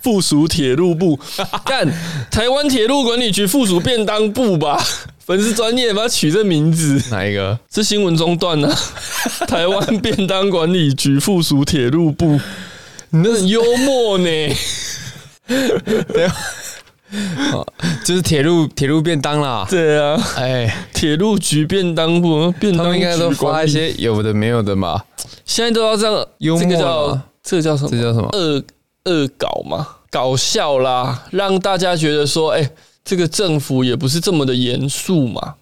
[SPEAKER 2] 附属铁
[SPEAKER 1] *laughs*
[SPEAKER 2] 路部，干台湾铁路管理局附属便当部吧。 *laughs* 粉丝专业把它取这名字，
[SPEAKER 1] 哪一个？
[SPEAKER 2] 这新闻中断了、
[SPEAKER 1] *laughs*
[SPEAKER 2] 啊。台湾便当管理局附属铁路部，
[SPEAKER 1] *laughs*
[SPEAKER 2] 你那很幽默呢？
[SPEAKER 1] 就是铁路铁路便当啦，
[SPEAKER 2] 对啊。
[SPEAKER 1] 哎，
[SPEAKER 2] 铁路局便当部，便
[SPEAKER 1] 他
[SPEAKER 2] 当
[SPEAKER 1] 们应该都
[SPEAKER 2] 局管
[SPEAKER 1] 发
[SPEAKER 2] 理
[SPEAKER 1] 一，些有的没有的嘛，
[SPEAKER 2] 现在都要这样，
[SPEAKER 1] 幽默
[SPEAKER 2] 这个
[SPEAKER 1] 啦
[SPEAKER 2] 叫这个叫什
[SPEAKER 1] 这
[SPEAKER 2] 么？
[SPEAKER 1] 叫什么？
[SPEAKER 2] 恶恶搞嘛，搞笑啦，让大家觉得说，哎、这个政府也不是这么的严肃嘛，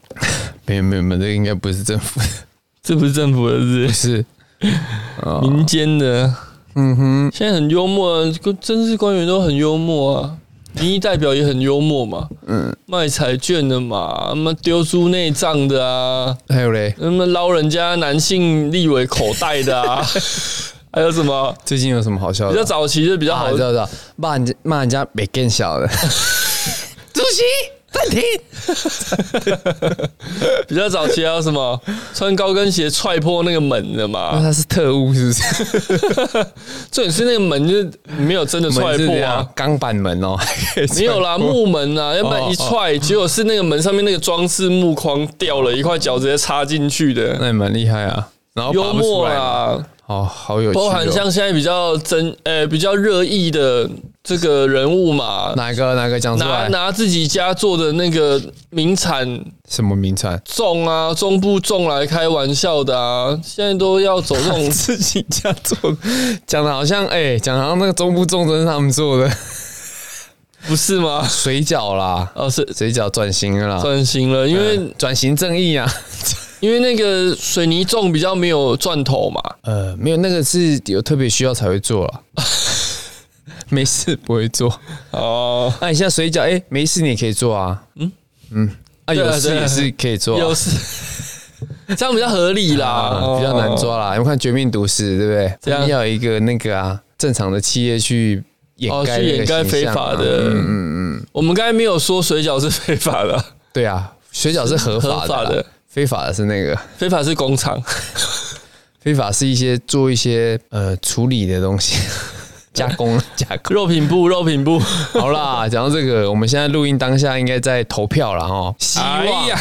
[SPEAKER 1] 没有没有没有，这个应该不是政府， *laughs*
[SPEAKER 2] 这不是政府的事，
[SPEAKER 1] 是
[SPEAKER 2] 民间的。
[SPEAKER 1] 嗯哼，
[SPEAKER 2] 现在很幽默、啊，政治官员都很幽默啊，民意代表也很幽默嘛，
[SPEAKER 1] 嗯，
[SPEAKER 2] 卖彩券的嘛，他妈丢猪内脏的啊，
[SPEAKER 1] 还有嘞，
[SPEAKER 2] 那么捞人家男性立委口袋
[SPEAKER 1] *laughs*
[SPEAKER 2] 的啊，还有什么？
[SPEAKER 1] 最近有什么好笑的？
[SPEAKER 2] 比较早期就比较
[SPEAKER 1] 啊
[SPEAKER 2] 好
[SPEAKER 1] 知，道知道，骂人家骂人家没更小的，主席暂停，
[SPEAKER 2] 比较早期还有
[SPEAKER 1] *laughs*
[SPEAKER 2] 什么穿高跟鞋踹破那个门的
[SPEAKER 1] 啊，
[SPEAKER 2] 嘛？
[SPEAKER 1] *laughs* 他是特务是不是？
[SPEAKER 2] 重点是那个门就是没有真的踹
[SPEAKER 1] 门是
[SPEAKER 2] 破
[SPEAKER 1] 这样哦
[SPEAKER 2] 啊，
[SPEAKER 1] 钢板门 *laughs* 哦，
[SPEAKER 2] 没有啦，木门啊，要不然一踹，结果是那个门上面那个装饰木框掉了一块脚，直接插进去的。
[SPEAKER 1] 那也蛮厉害啊。然后拔
[SPEAKER 2] 幽
[SPEAKER 1] 不出
[SPEAKER 2] 默
[SPEAKER 1] 来嘛，
[SPEAKER 2] 啦，
[SPEAKER 1] 哦，好有趣、哦。
[SPEAKER 2] 包含像现在比较争，呃，比较热议的这个人物嘛，
[SPEAKER 1] 哪个哪个讲出
[SPEAKER 2] 拿
[SPEAKER 1] 来？
[SPEAKER 2] 拿自己家做的那个名产
[SPEAKER 1] 什么名产？
[SPEAKER 2] 种啊，中部种来开玩笑的啊，现在都要走这
[SPEAKER 1] *laughs*
[SPEAKER 2] 种
[SPEAKER 1] 自己家做， *laughs* 讲的好像哎，讲、的好像那个中部重真是他们做的
[SPEAKER 2] 不是吗？
[SPEAKER 1] 水饺啦，
[SPEAKER 2] 哦，是
[SPEAKER 1] 水饺转型了啦，
[SPEAKER 2] 转型了，因为、
[SPEAKER 1] 转型正义啊。
[SPEAKER 2] 因为那个水泥种比较没有钻头嘛，
[SPEAKER 1] 呃，没有那个是有特别需要才会做啦。 *laughs* 没事不会做。
[SPEAKER 2] 哦，
[SPEAKER 1] 那、你现在水饺，哎、没事你也可以做啊。嗯嗯，啊，
[SPEAKER 2] 对啊
[SPEAKER 1] 有事
[SPEAKER 2] 对啊
[SPEAKER 1] 也是可以做、啊
[SPEAKER 2] 有。是 *laughs* 这样比较合理啦，
[SPEAKER 1] 哦啊，比较难抓啦。你看《绝命毒师》，对不对？
[SPEAKER 2] 哦这样
[SPEAKER 1] 他们要有一个那个啊，正常的企业去掩
[SPEAKER 2] 哦，
[SPEAKER 1] 盖、
[SPEAKER 2] 去掩盖非法的，
[SPEAKER 1] 嗯 *laughs*
[SPEAKER 2] 嗯嗯，我们刚才没有说水饺是非法的，
[SPEAKER 1] 对啊，水饺是合
[SPEAKER 2] 合
[SPEAKER 1] 法的啦
[SPEAKER 2] 法的，
[SPEAKER 1] 非法的是那个，
[SPEAKER 2] 非法是工厂，
[SPEAKER 1] 非法是一些做一些呃处理的东
[SPEAKER 2] *laughs*
[SPEAKER 1] 西，加工加工。
[SPEAKER 2] 肉品部，肉品部。
[SPEAKER 1] 好啦，讲到这个，我们现在录音当下应该在投票了哦，希望、
[SPEAKER 2] 哎呀，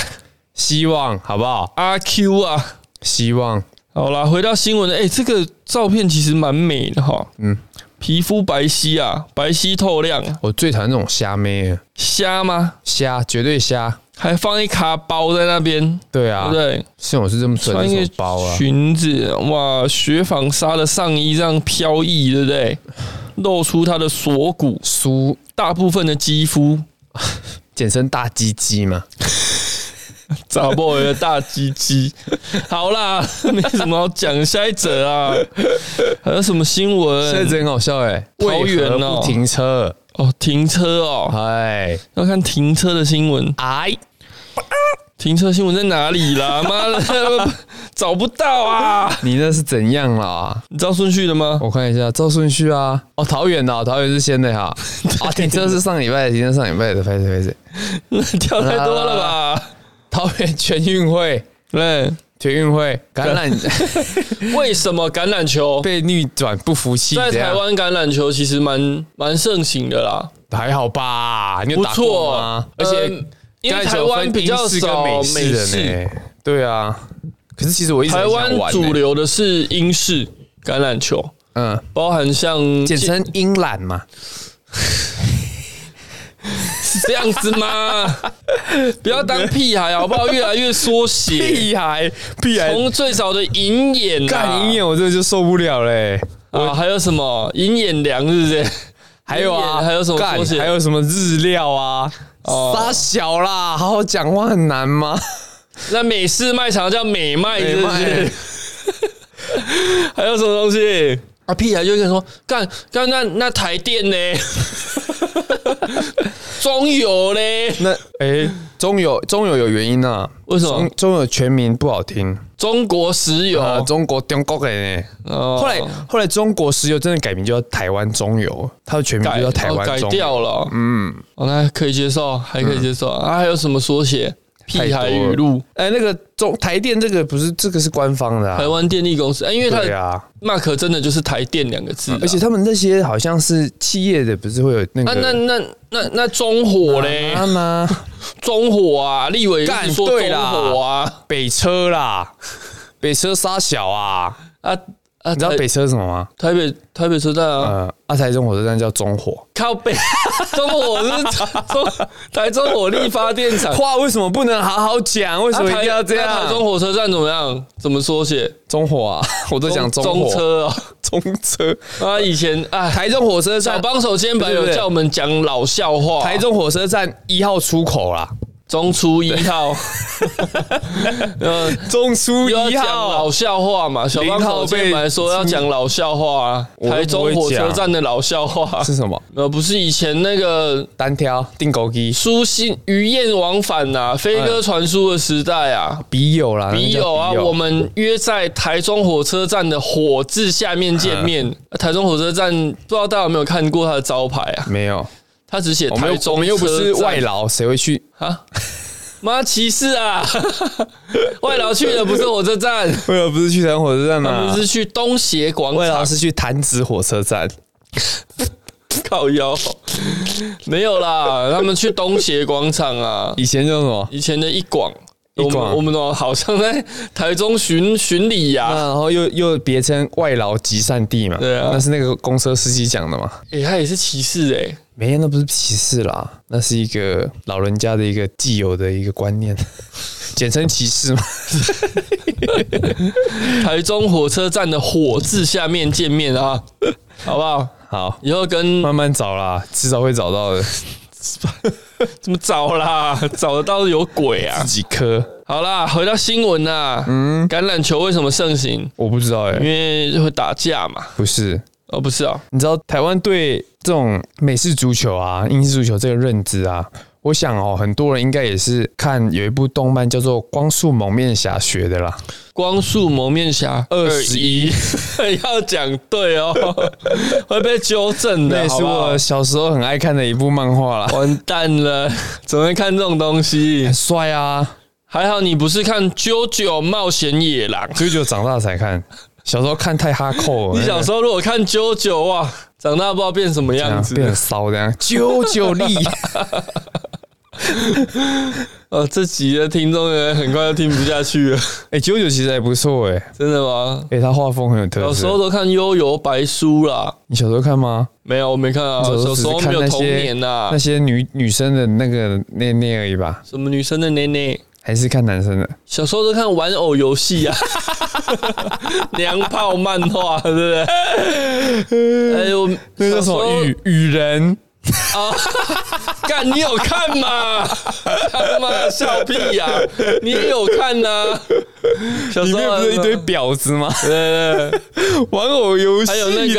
[SPEAKER 1] 希望好不好？
[SPEAKER 2] 阿 Q 啊，
[SPEAKER 1] 希望
[SPEAKER 2] 好啦，回到新闻，哎、这个照片其实蛮美的哈，
[SPEAKER 1] 嗯
[SPEAKER 2] 嗯，皮肤白皙啊，白皙透亮，
[SPEAKER 1] 我最讨厌这种虾妹了，
[SPEAKER 2] 瞎吗？
[SPEAKER 1] 虾绝对虾。
[SPEAKER 2] 还放一卡包在那边，
[SPEAKER 1] 对
[SPEAKER 2] 对
[SPEAKER 1] 啊
[SPEAKER 2] 不，对？
[SPEAKER 1] 像我是这么准
[SPEAKER 2] 穿
[SPEAKER 1] 这
[SPEAKER 2] 一
[SPEAKER 1] 种包
[SPEAKER 2] 个
[SPEAKER 1] 啊，
[SPEAKER 2] 裙子，哇，雪纺纱的上衣这样飘逸，对不对？露出它的锁骨，
[SPEAKER 1] 梳
[SPEAKER 2] 大部分的肌肤，
[SPEAKER 1] 简称大鸡鸡
[SPEAKER 2] *laughs*
[SPEAKER 1] 嘛。
[SPEAKER 2] 咋不的大鸡鸡？ *laughs* 好啦， *laughs* 没什么好讲，下一则啊，还有什么新
[SPEAKER 1] *laughs* 现在
[SPEAKER 2] 闻？
[SPEAKER 1] 真很好笑哎、欸，
[SPEAKER 2] 桃园哦
[SPEAKER 1] 为何不停车，
[SPEAKER 2] 哦，停车哦，
[SPEAKER 1] 哎
[SPEAKER 2] 要看停车的新闻，
[SPEAKER 1] 哎，
[SPEAKER 2] 停车新闻在哪里啦？ *laughs* 妈的，找不到啊！
[SPEAKER 1] 你那是怎样啦？
[SPEAKER 2] 你知道顺序的吗？ *laughs*
[SPEAKER 1] 我看一下，照顺序啊。哦，桃园的、哦，桃园是先的
[SPEAKER 2] *laughs*
[SPEAKER 1] 哈、啊，停车是上礼拜的，停车上礼拜的，拍谁拍谁。
[SPEAKER 2] 跳太多了
[SPEAKER 1] *laughs*
[SPEAKER 2] 吧？
[SPEAKER 1] 桃园全运会，
[SPEAKER 2] 对，
[SPEAKER 1] 全运会橄榄
[SPEAKER 2] 为什么橄榄球
[SPEAKER 1] *laughs* 被逆转，不服气，
[SPEAKER 2] 在
[SPEAKER 1] 这样
[SPEAKER 2] 台湾橄榄球其实蛮蛮盛行的啦，
[SPEAKER 1] 还好吧？你有
[SPEAKER 2] 不
[SPEAKER 1] 打过
[SPEAKER 2] 错
[SPEAKER 1] 吗？而且
[SPEAKER 2] 嗯因
[SPEAKER 1] 橄
[SPEAKER 2] 为
[SPEAKER 1] 榄
[SPEAKER 2] 台
[SPEAKER 1] 球
[SPEAKER 2] 湾
[SPEAKER 1] 分
[SPEAKER 2] 比较
[SPEAKER 1] 英式
[SPEAKER 2] 少
[SPEAKER 1] 跟美式的呢。对啊，可是其实我一直
[SPEAKER 2] 台
[SPEAKER 1] 很想
[SPEAKER 2] 湾
[SPEAKER 1] 玩
[SPEAKER 2] 主
[SPEAKER 1] 欸，
[SPEAKER 2] 流的是英式橄榄球，
[SPEAKER 1] 嗯，
[SPEAKER 2] 包含像
[SPEAKER 1] 简称英懒嘛。
[SPEAKER 2] 是这样子
[SPEAKER 1] *laughs*
[SPEAKER 2] 吗？不要当屁孩好不好？越来越缩写，
[SPEAKER 1] 屁孩，屁孩，
[SPEAKER 2] 从最早的银眼、啊，
[SPEAKER 1] 干银眼我真的就受不了嘞、
[SPEAKER 2] 啊，还有什么银眼梁是不是？
[SPEAKER 1] 还有啊，
[SPEAKER 2] 银眼还有什么
[SPEAKER 1] 干
[SPEAKER 2] 缩写？
[SPEAKER 1] 还有什么日料啊？
[SPEAKER 2] 哦
[SPEAKER 1] 傻小啦，好好讲话很难吗？
[SPEAKER 2] 那美式卖场叫美卖是不
[SPEAKER 1] 美
[SPEAKER 2] 是？ *laughs* 还有什么东西？啊，屁孩就跟你说，干干那那台电呢？ *laughs* 中油嘞？
[SPEAKER 1] 那哎、中友中友有原因啊，
[SPEAKER 2] 为什么
[SPEAKER 1] 中？中友全名不好听，
[SPEAKER 2] 中国石油。哦
[SPEAKER 1] 呃，中国中国人、欸。
[SPEAKER 2] 后
[SPEAKER 1] 后来后来中国石油真的改名叫台湾中油，它的全名
[SPEAKER 2] 改
[SPEAKER 1] 就叫台
[SPEAKER 2] 哦
[SPEAKER 1] 湾
[SPEAKER 2] 改
[SPEAKER 1] 中油。
[SPEAKER 2] 掉了。嗯，哦，那可以接受，还可以接受
[SPEAKER 1] 嗯
[SPEAKER 2] 啊。还有什么缩写？屁孩语录，
[SPEAKER 1] 哎、那个中台电这个不是这个是官方的、
[SPEAKER 2] 台
[SPEAKER 1] 啊，
[SPEAKER 2] 湾电力公司。哎，因为它
[SPEAKER 1] 对
[SPEAKER 2] 的
[SPEAKER 1] 啊，
[SPEAKER 2] mark 真的就是台电两个字啊，
[SPEAKER 1] 而且他们那些好像是企业的，不是会有嗯那个
[SPEAKER 2] 啊，那那那那中火嘞，
[SPEAKER 1] 啊妈妈
[SPEAKER 2] 中火啊，立委
[SPEAKER 1] 干
[SPEAKER 2] 干说
[SPEAKER 1] 对
[SPEAKER 2] 中
[SPEAKER 1] 啦
[SPEAKER 2] 火啊，
[SPEAKER 1] *laughs* 北车啦，北车沙小啊，
[SPEAKER 2] 啊啊，
[SPEAKER 1] 你知道北车是什么吗？
[SPEAKER 2] 台北台北车站啊，
[SPEAKER 1] 呃，啊，台中火车站叫中火。
[SPEAKER 2] 靠北 *laughs* 中火是中台中火力发电厂，啊
[SPEAKER 1] 话 *laughs* 为什么不能好好讲？为什么一定要这
[SPEAKER 2] 那台
[SPEAKER 1] 样？
[SPEAKER 2] 那台中火车站怎么样？怎么缩写？
[SPEAKER 1] 中火啊， *laughs* 我都讲中火
[SPEAKER 2] 中
[SPEAKER 1] *laughs*
[SPEAKER 2] 车啊，
[SPEAKER 1] 中车，
[SPEAKER 2] 啊，以前啊，
[SPEAKER 1] 台中火车
[SPEAKER 2] 小
[SPEAKER 1] 站，
[SPEAKER 2] 帮手肩膀
[SPEAKER 1] 对对
[SPEAKER 2] 有
[SPEAKER 1] 对
[SPEAKER 2] 叫我们讲老笑话，
[SPEAKER 1] 台中火车站一号出口啦，
[SPEAKER 2] 中初一
[SPEAKER 1] *laughs*
[SPEAKER 2] 号，呃，
[SPEAKER 1] 中出
[SPEAKER 2] 又要
[SPEAKER 1] 一
[SPEAKER 2] 讲
[SPEAKER 1] 号
[SPEAKER 2] 老。笑话嘛，小帮手肩膀说要讲老笑话啊，
[SPEAKER 1] 我都不会
[SPEAKER 2] 台中火车
[SPEAKER 1] 讲
[SPEAKER 2] 站的老笑话，
[SPEAKER 1] 是什么？
[SPEAKER 2] 呃，不是以前那个
[SPEAKER 1] 单挑定狗机
[SPEAKER 2] 书信鱼雁往返呐、飞鸽传书的时代啊。
[SPEAKER 1] 笔友啦，
[SPEAKER 2] 笔友啊，
[SPEAKER 1] 哎那个叫
[SPEAKER 2] 我们约在台中火车站的“火”字下面见面。
[SPEAKER 1] 哎
[SPEAKER 2] 台中火车站不知道大家有没有看过它的招牌啊？
[SPEAKER 1] 没有，
[SPEAKER 2] 它只写
[SPEAKER 1] 我们
[SPEAKER 2] 台
[SPEAKER 1] 又我
[SPEAKER 2] 中
[SPEAKER 1] 们又不是
[SPEAKER 2] 车站
[SPEAKER 1] 外劳，谁会去？
[SPEAKER 2] 啊，妈歧视啊！ *laughs* 外劳去的不是火车
[SPEAKER 1] *laughs*
[SPEAKER 2] 站，
[SPEAKER 1] 为了不是去台中火车站
[SPEAKER 2] 他
[SPEAKER 1] 吗
[SPEAKER 2] 们？是去东协广
[SPEAKER 1] 魏老
[SPEAKER 2] 场
[SPEAKER 1] 师去潭子火车站，
[SPEAKER 2] 靠腰，没有啦，他们去东协广场啊。
[SPEAKER 1] 以前叫什么？
[SPEAKER 2] 以前的一广，
[SPEAKER 1] 一
[SPEAKER 2] 我
[SPEAKER 1] 广
[SPEAKER 2] 们我们哦，好像在台中巡巡礼呀、
[SPEAKER 1] *laughs* 那然后又又别称外劳集散地嘛，
[SPEAKER 2] 对啊
[SPEAKER 1] 那是那个公车司机讲的嘛。
[SPEAKER 2] 诶、哎他也是歧视欸诶、
[SPEAKER 1] 没，那不是歧视啦，那是一个老人家的一个既有的一个观念， *laughs* 简称歧视嘛。
[SPEAKER 2] 台中火车站的“火”字下面见面啊， *laughs* 好不好？
[SPEAKER 1] 好，
[SPEAKER 2] 以后跟
[SPEAKER 1] 慢慢找啦，迟早会找到的。
[SPEAKER 2] 怎么找啦？ *laughs* 找得到有鬼啊
[SPEAKER 1] 自！己磕，
[SPEAKER 2] 好啦，回到新闻啦，嗯，橄榄球为什么盛行？
[SPEAKER 1] *laughs* 我不知道哎、
[SPEAKER 2] 因为会打架嘛。
[SPEAKER 1] 不是。
[SPEAKER 2] 哦，不是啊，
[SPEAKER 1] 你知道台湾对这种美式足球啊、英式足球这个认知啊，我想哦，很多人应该也是看有一部动漫叫做《光速蒙面侠》学的啦。
[SPEAKER 2] 光速蒙面侠
[SPEAKER 1] 21
[SPEAKER 2] 21 *laughs* 要讲对哦， *laughs* 会被纠正的。
[SPEAKER 1] 那也
[SPEAKER 2] 好
[SPEAKER 1] 是
[SPEAKER 2] 不好
[SPEAKER 1] 我小时候很
[SPEAKER 2] *laughs*
[SPEAKER 1] 爱看的一部漫画啦，
[SPEAKER 2] 完蛋了，怎么会看这种东西
[SPEAKER 1] 很？帅啊！
[SPEAKER 2] 还好你不是看《JoJo 冒险野狼》，
[SPEAKER 1] 追久长大才看，小时候看太哈扣了。
[SPEAKER 2] 你小时候如果看《JoJo》哇，长大不知道变什么
[SPEAKER 1] 这样
[SPEAKER 2] 样
[SPEAKER 1] 啊变
[SPEAKER 2] 子
[SPEAKER 1] 得。骚这样，九九
[SPEAKER 2] *laughs*
[SPEAKER 1] 力
[SPEAKER 2] 呃，这集的听众呢，很快就听不下去了， *laughs*
[SPEAKER 1] 哎，九九其实还不错哎、
[SPEAKER 2] 真的吗？
[SPEAKER 1] 哎、他画风很有特色。
[SPEAKER 2] 小时候都看《幽游白书》啦，
[SPEAKER 1] 你小时候看吗？
[SPEAKER 2] 没有，我没看啊，
[SPEAKER 1] 小时候
[SPEAKER 2] 小时候
[SPEAKER 1] 只是看
[SPEAKER 2] 没有
[SPEAKER 1] 那
[SPEAKER 2] 童
[SPEAKER 1] 些
[SPEAKER 2] 年呐
[SPEAKER 1] 那。些女女生的那个那那而已吧，
[SPEAKER 2] 什么女生的奶奶，
[SPEAKER 1] 还是看男生的？
[SPEAKER 2] 小时候都看玩偶游
[SPEAKER 1] *laughs*
[SPEAKER 2] 戏啊，娘炮漫画，对
[SPEAKER 1] *laughs*
[SPEAKER 2] 不对？哎呦，
[SPEAKER 1] 那叫什
[SPEAKER 2] 小时
[SPEAKER 1] 么
[SPEAKER 2] 候
[SPEAKER 1] 雨雨人？
[SPEAKER 2] 干，你有看吗？他妈的笑屁呀、你也有看呐、小
[SPEAKER 1] 里
[SPEAKER 2] 时候啊
[SPEAKER 1] 面不是一堆婊子吗？
[SPEAKER 2] 对对对
[SPEAKER 1] *laughs* 玩偶游戏
[SPEAKER 2] 还有那
[SPEAKER 1] 嘞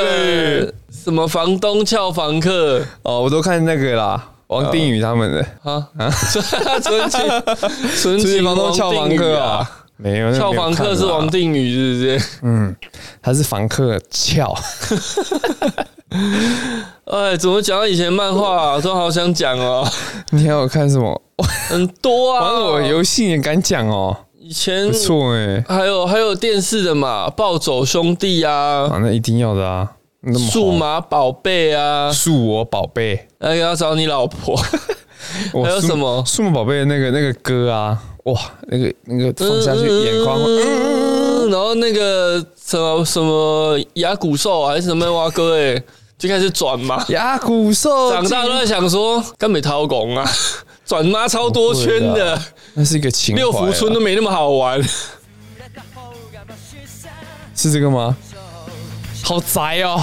[SPEAKER 2] 个什么房东俏房客
[SPEAKER 1] 哦，我都看那个啦，王定宇他们的。
[SPEAKER 2] 啊，纯情
[SPEAKER 1] 最
[SPEAKER 2] 纯情
[SPEAKER 1] 近房东俏
[SPEAKER 2] 王
[SPEAKER 1] 房
[SPEAKER 2] 定宇
[SPEAKER 1] 客啊，没有，那
[SPEAKER 2] 俏
[SPEAKER 1] 没有
[SPEAKER 2] 房
[SPEAKER 1] 看
[SPEAKER 2] 客
[SPEAKER 1] 啦
[SPEAKER 2] 是王，定宇是不是？
[SPEAKER 1] 嗯，他是房客
[SPEAKER 2] *laughs*
[SPEAKER 1] 俏，
[SPEAKER 2] 哎，怎么讲到以前漫画、啊，都好想讲哦，
[SPEAKER 1] 你还有看什么
[SPEAKER 2] 很多啊。
[SPEAKER 1] 玩偶游戏？你敢讲哦？
[SPEAKER 2] 以前
[SPEAKER 1] 不错哎，
[SPEAKER 2] 还有还有电视的嘛，《暴走兄弟》啊，
[SPEAKER 1] 啊，那一定要的啊，那么
[SPEAKER 2] 《
[SPEAKER 1] 红
[SPEAKER 2] 数码宝贝》啊，
[SPEAKER 1] 树我宝贝，
[SPEAKER 2] 那个要找你老婆，
[SPEAKER 1] 我
[SPEAKER 2] 还有
[SPEAKER 1] 数
[SPEAKER 2] 什么
[SPEAKER 1] 数码宝贝的那个那个歌啊，哇，那个那个放下去眼眶，
[SPEAKER 2] 嗯，然后那个什么什么牙骨兽啊还是什么蛙哥哎，就开始转嘛。
[SPEAKER 1] 牙骨兽
[SPEAKER 2] 长大
[SPEAKER 1] 进
[SPEAKER 2] 都在想说，干美掏拱啊，转妈超多圈
[SPEAKER 1] 不会
[SPEAKER 2] 的
[SPEAKER 1] 的，那是一个情怀啊
[SPEAKER 2] 六福村都没那么好玩。
[SPEAKER 1] 是这个吗？好宅 *laughs* 哦，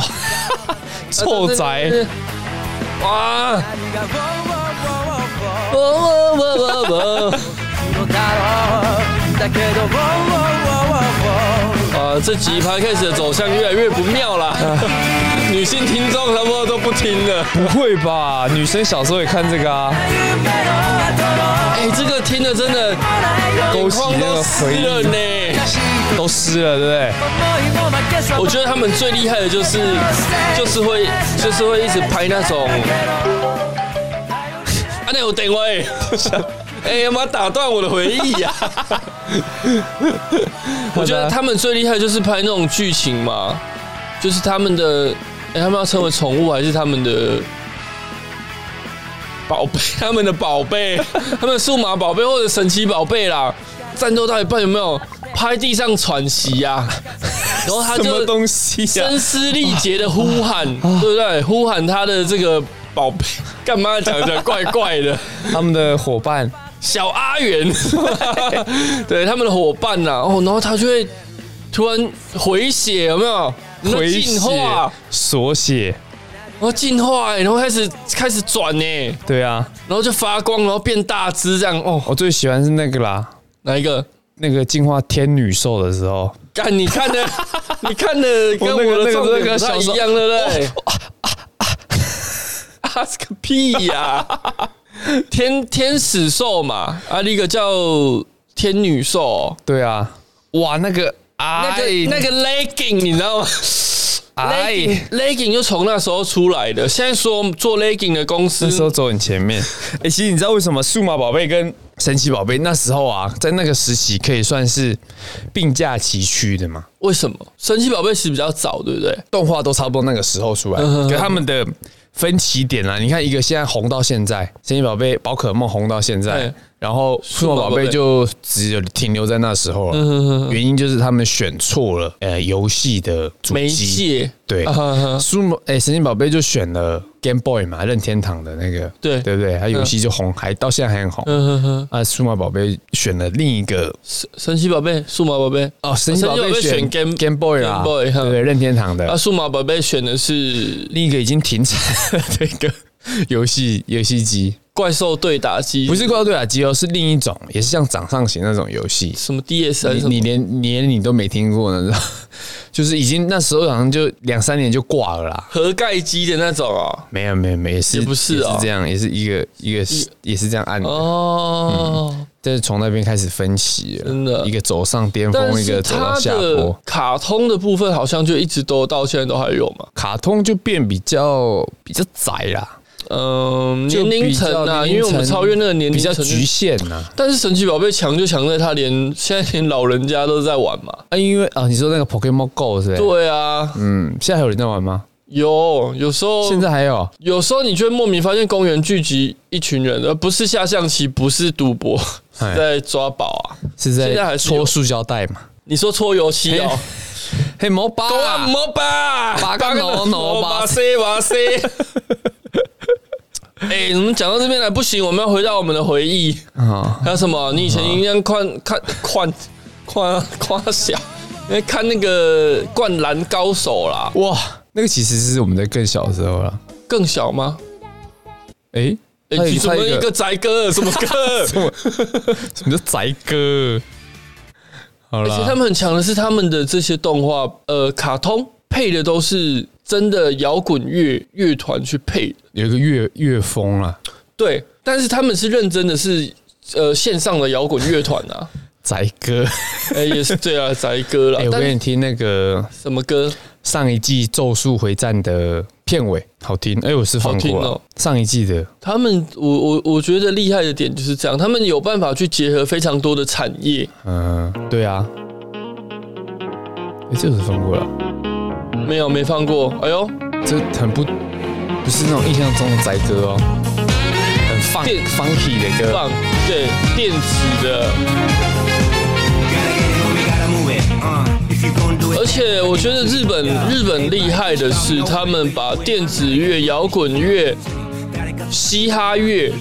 [SPEAKER 1] 臭宅，
[SPEAKER 2] 哇！
[SPEAKER 3] 「
[SPEAKER 2] 哦哦哦哦哦
[SPEAKER 3] そうだろうだけど wow, wow, wow, wow
[SPEAKER 2] 啊，这集 p 开始的走向越来越不妙啦，女性听众差不多都不听了。
[SPEAKER 1] 不会吧？女生小时候也看这个啊，
[SPEAKER 2] 哎，这个听了真的
[SPEAKER 1] 勾起
[SPEAKER 2] 眼眶
[SPEAKER 1] 那
[SPEAKER 2] 都
[SPEAKER 1] 个
[SPEAKER 2] 湿
[SPEAKER 1] 回
[SPEAKER 2] 了
[SPEAKER 1] 忆，
[SPEAKER 2] 呢。
[SPEAKER 1] 都湿了，对
[SPEAKER 3] 思いも負けそう
[SPEAKER 2] 我觉得他们最厉害的就是，就是会，就是会一直拍那种，啊，那有电话 *laughs* 欸，哎，他妈打断我的回忆
[SPEAKER 1] *laughs*
[SPEAKER 2] 呀、我觉得他们最厉害就是拍那种剧情嘛，就是他们的，哎，他们要成为宠物还是他们的宝贝？ *laughs* 他们的宝贝，他们的数码宝贝或者神奇宝贝啦，战斗到一半有没有趴在地上喘息呀、然后他
[SPEAKER 1] 不对？什么
[SPEAKER 2] 就
[SPEAKER 1] 东西啊呀、
[SPEAKER 2] 声嘶力竭的呼
[SPEAKER 1] *laughs*
[SPEAKER 2] 喊，
[SPEAKER 1] 啊
[SPEAKER 2] 对不对？呼喊他的这个宝贝， *laughs* 干嘛讲的怪怪的？
[SPEAKER 1] 他们的伙伴
[SPEAKER 2] 小阿元， *laughs* 对他们的伙伴呐、哦，然后他就会突然回血，有没有？然后
[SPEAKER 1] 回
[SPEAKER 2] 进化，
[SPEAKER 1] 血
[SPEAKER 2] 然
[SPEAKER 1] 锁血，
[SPEAKER 2] 后进化、然后开始开始转呢、欸
[SPEAKER 1] 对啊，
[SPEAKER 2] 然后就发光，然后变大只这样哦。
[SPEAKER 1] 我最喜欢是那个啦，
[SPEAKER 2] 哪一个？
[SPEAKER 1] 那个进化天女兽的时候，
[SPEAKER 2] 干，你
[SPEAKER 1] *laughs*
[SPEAKER 2] 看的，你看的跟
[SPEAKER 1] 我那个
[SPEAKER 2] 我的
[SPEAKER 1] 那个那个
[SPEAKER 2] 重点不太
[SPEAKER 1] 小
[SPEAKER 2] 一
[SPEAKER 1] 时候哦
[SPEAKER 2] 样，对不对？ *laughs* 啊，是个屁呀！
[SPEAKER 1] *laughs*
[SPEAKER 2] 天天使兽嘛，啊，那个叫天女兽哦，
[SPEAKER 1] 对啊，哇，那个
[SPEAKER 2] 那
[SPEAKER 1] 哎
[SPEAKER 2] 个那个 legging 你知道吗
[SPEAKER 1] 哎，
[SPEAKER 2] ？legging legging 就从那时候出来的。现在说做 legging 的公司
[SPEAKER 1] 那，时候走很前面。哎、其实你知道为什么数码宝贝跟神奇宝贝那时候啊，在那个时期可以算是并驾齐驱的嘛？
[SPEAKER 2] 为什么神奇宝贝是比较早，对不对？
[SPEAKER 1] 动画都差不多那个时候出来，
[SPEAKER 2] 嗯哼
[SPEAKER 1] 可他们的分歧点啊，你看一个现在红到现在，神奇宝贝、宝可梦红到现在
[SPEAKER 2] 哎，
[SPEAKER 1] 然后数码宝贝就只有停留在那时候
[SPEAKER 2] 嗯
[SPEAKER 1] 了。原因就是他们选错了呃游戏的主
[SPEAKER 2] 媒
[SPEAKER 1] 机，
[SPEAKER 2] 介
[SPEAKER 1] 对
[SPEAKER 2] 啊哈哈，
[SPEAKER 1] 数码哎神奇宝贝就选了 Game Boy 嘛，任天堂的那个，
[SPEAKER 2] 对嗯
[SPEAKER 1] 对不对？它游戏就红，还到现在还很红。
[SPEAKER 2] 嗯哼哼，
[SPEAKER 1] 啊，数码宝贝选了另一个
[SPEAKER 2] 神神奇宝贝、数码宝贝
[SPEAKER 1] 哦，神奇宝贝
[SPEAKER 2] 神奇宝贝选
[SPEAKER 1] 选
[SPEAKER 2] Game-
[SPEAKER 1] Game Boy 啦
[SPEAKER 2] Game Boy，哈
[SPEAKER 1] 对不对？任天堂的
[SPEAKER 2] 啊，数码宝贝选的是
[SPEAKER 1] 另一个已经停产的一个游戏游戏机，
[SPEAKER 2] 怪兽对打机，
[SPEAKER 1] 不是怪兽对打机哦，是另一种，也是像掌上型那种游戏。
[SPEAKER 2] 什么 DS 还
[SPEAKER 1] 你
[SPEAKER 2] 是什么
[SPEAKER 1] 你连你连你都没听过呢， *laughs* 就是已经那时候好像就两三年就挂了啦。
[SPEAKER 2] 盒盖机的那种啊、
[SPEAKER 1] 没有没有没有，也是
[SPEAKER 2] 也不是哦
[SPEAKER 1] 也这样，也是一个一个也是这样按的，
[SPEAKER 2] 哦。
[SPEAKER 1] 但是从那边开始分歧了，
[SPEAKER 2] 真的
[SPEAKER 1] 一个走上巅
[SPEAKER 2] 但
[SPEAKER 1] 峰，一
[SPEAKER 2] 是
[SPEAKER 1] 个走
[SPEAKER 2] 它
[SPEAKER 1] 到下
[SPEAKER 2] 的
[SPEAKER 1] 坡。
[SPEAKER 2] 卡通的部分好像就一直都到现在都还有嘛。
[SPEAKER 1] 卡通就变比较比较窄啦，
[SPEAKER 2] 嗯，
[SPEAKER 1] 就
[SPEAKER 2] 年龄
[SPEAKER 1] 比较
[SPEAKER 2] 层
[SPEAKER 1] 年
[SPEAKER 2] 啊，
[SPEAKER 1] 龄
[SPEAKER 2] 因为我们
[SPEAKER 1] 层
[SPEAKER 2] 超越那个年龄
[SPEAKER 1] 比较
[SPEAKER 2] 层，
[SPEAKER 1] 局限呐、啊。
[SPEAKER 2] 但是神奇宝贝强就强在它连现在连老人家都在玩
[SPEAKER 1] *laughs*
[SPEAKER 2] 嘛。
[SPEAKER 1] 因为啊，你说那个 Pokemon Go 是不是？
[SPEAKER 2] 对啊，
[SPEAKER 1] 嗯，现在还有人在玩吗？
[SPEAKER 2] 有有时候
[SPEAKER 1] 现在还有
[SPEAKER 2] 有时候你就会莫名发现公园聚集一群人，而不是下象棋，不是赌博，是
[SPEAKER 1] 哎
[SPEAKER 2] *laughs* 在抓宝啊！
[SPEAKER 1] 是
[SPEAKER 2] 现在
[SPEAKER 1] 在
[SPEAKER 2] 还是有
[SPEAKER 1] 搓塑胶袋嘛？
[SPEAKER 2] 你说搓油漆
[SPEAKER 1] 哎
[SPEAKER 2] 哦，
[SPEAKER 1] 嘿，毛八
[SPEAKER 2] 狗啊
[SPEAKER 1] 啊，
[SPEAKER 2] 摸吧，
[SPEAKER 1] 八个挠挠吧
[SPEAKER 2] 哇塞哇 *laughs* 塞！哎，我们讲到这边来不行，我们要回到我们的回忆。
[SPEAKER 1] 啊
[SPEAKER 2] 还有什么？你以前应该看看看看夸小，因为看那个《灌篮高手》啦，
[SPEAKER 1] 哇，那个其实是我们在更小的时候了。
[SPEAKER 2] 更小吗？
[SPEAKER 1] 哎、它
[SPEAKER 2] 哎、
[SPEAKER 1] 有
[SPEAKER 2] 你怎
[SPEAKER 1] 它
[SPEAKER 2] 么
[SPEAKER 1] 有
[SPEAKER 2] 一个宅哥？ *laughs* 什么哥？
[SPEAKER 1] 什么叫宅哥？好
[SPEAKER 2] 而且他
[SPEAKER 1] 啦，
[SPEAKER 2] 们很强的是，他们的这些动画，呃，卡通配的都是真的摇滚乐乐团去配的，
[SPEAKER 1] 有一个乐乐风啊啦，
[SPEAKER 2] 对。但是他们是认真的是，呃，线上的摇滚乐团
[SPEAKER 1] *laughs*
[SPEAKER 2] 啊，
[SPEAKER 1] 宅哥。
[SPEAKER 2] 哎、也是对啊，宅哥啦。
[SPEAKER 1] 哎、我
[SPEAKER 2] 但
[SPEAKER 1] 给你听那个
[SPEAKER 2] 什么歌？
[SPEAKER 1] 上一季《咒术回战》的片尾，好听。哎、我是放过
[SPEAKER 2] 好
[SPEAKER 1] 了、
[SPEAKER 2] 听哦
[SPEAKER 1] 上一季的，
[SPEAKER 2] 他们，我我我觉得厉害的点就是这样，他们有办法去结合非常多的产业。
[SPEAKER 1] 嗯、对啊。哎、这个是放过了，
[SPEAKER 2] 没有，没放过。哎呦，
[SPEAKER 1] 这很不不是那种印象中的宅歌哦，很放
[SPEAKER 2] 电
[SPEAKER 1] funky 的歌。
[SPEAKER 2] 棒，对，电子的。
[SPEAKER 4] Gotta get it, we gotta move it. Uh, if you gon' do it.
[SPEAKER 2] 而且我觉得日本日本厉害的是，他们把电子乐、摇滚乐、嘻哈乐、